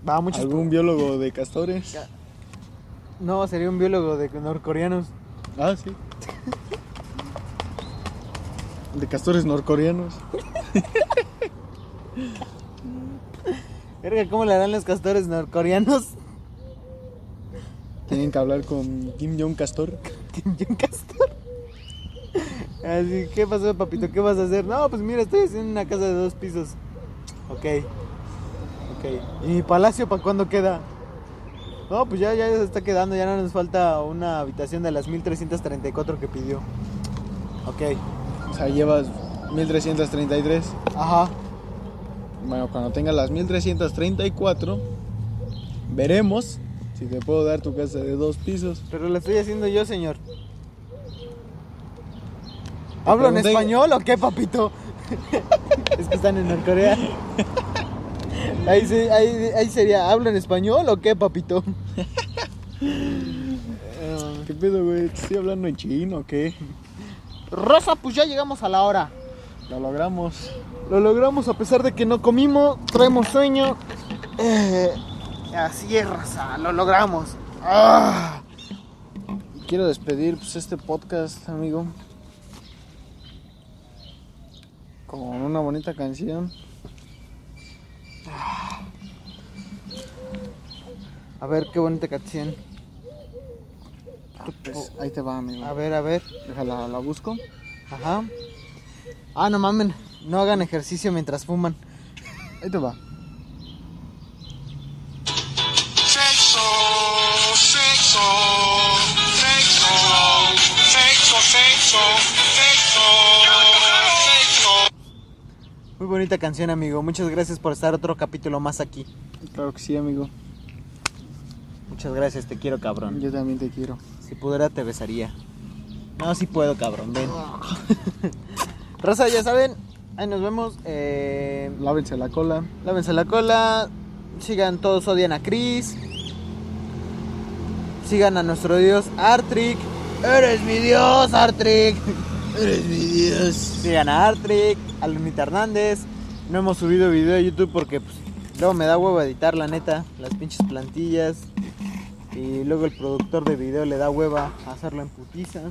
S5: Va, muchos
S6: ¿Algún biólogo de castores?
S5: No, sería un biólogo de norcoreanos.
S6: Ah, sí. De castores norcoreanos.
S5: Verga, ¿cómo le harán los castores norcoreanos?
S6: Tienen que hablar con Kim Jong Castor.
S5: Kim Jong Castor. Así, ¿qué pasó, papito? ¿Qué vas a hacer? No, pues mira, estoy haciendo una casa de dos pisos. Ok. Ok. ¿Y mi palacio para cuándo queda? No, pues ya, ya se está quedando, ya no nos falta una habitación de las 1334 que pidió. Ok.
S8: O sea, llevas 1333.
S5: Ajá.
S8: Bueno, cuando tengas las 1334, veremos si te puedo dar tu casa de dos pisos.
S5: Pero lo estoy haciendo yo, señor. ¿Hablo en
S8: pregunté-
S5: español o qué, papito? es que están en Norcorea. Ahí, se- ahí, ahí sería, ¿hablo en español o qué, papito?
S8: ¿Qué pedo, güey? ¿Te ¿Estoy hablando en chino o qué?
S5: Rosa, pues ya llegamos a la hora.
S8: Lo logramos.
S5: Lo logramos a pesar de que no comimos, traemos sueño. Eh, así es, Rosa, lo logramos. Ah.
S8: Quiero despedir pues, este podcast, amigo. Con una bonita canción.
S5: A ver, qué bonita canción. Oh,
S8: Pues, ahí te va, amigo.
S5: A ver, a ver.
S8: Déjala, la busco.
S5: Ajá. Ah, no mamen, no hagan ejercicio mientras fuman.
S8: Ahí te va.
S9: Sexo, sexo, sexo, sexo, sexo, sexo, sexo.
S5: Muy bonita canción, amigo. Muchas gracias por estar otro capítulo más aquí.
S8: Claro que sí, amigo.
S5: Muchas gracias, te quiero, cabrón.
S8: Yo también te quiero.
S5: Si pudiera, te besaría. No, sí puedo, cabrón, ven. Rosa, ya saben, ahí nos vemos. Eh,
S8: Lávense la cola.
S5: lávense la cola. Sigan todos, odian a Chris. Sigan a nuestro dios Artric. Eres mi dios, Artric.
S10: Eres mi Dios.
S5: Sigan a Artric, a Lunita Hernández. No hemos subido video a YouTube porque pues, luego me da hueva editar, la neta, las pinches plantillas. Y luego el productor de video le da hueva hacerlo en putiza.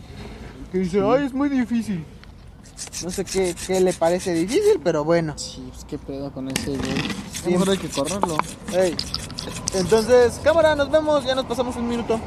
S5: Que dice, ay, es muy difícil. No sé qué, qué le parece difícil, pero bueno.
S8: Sí, pues qué pedo con ese, güey.
S5: Sí.
S8: A lo mejor hay que correrlo.
S5: Ey. Entonces, cámara, nos vemos. Ya nos pasamos un minuto.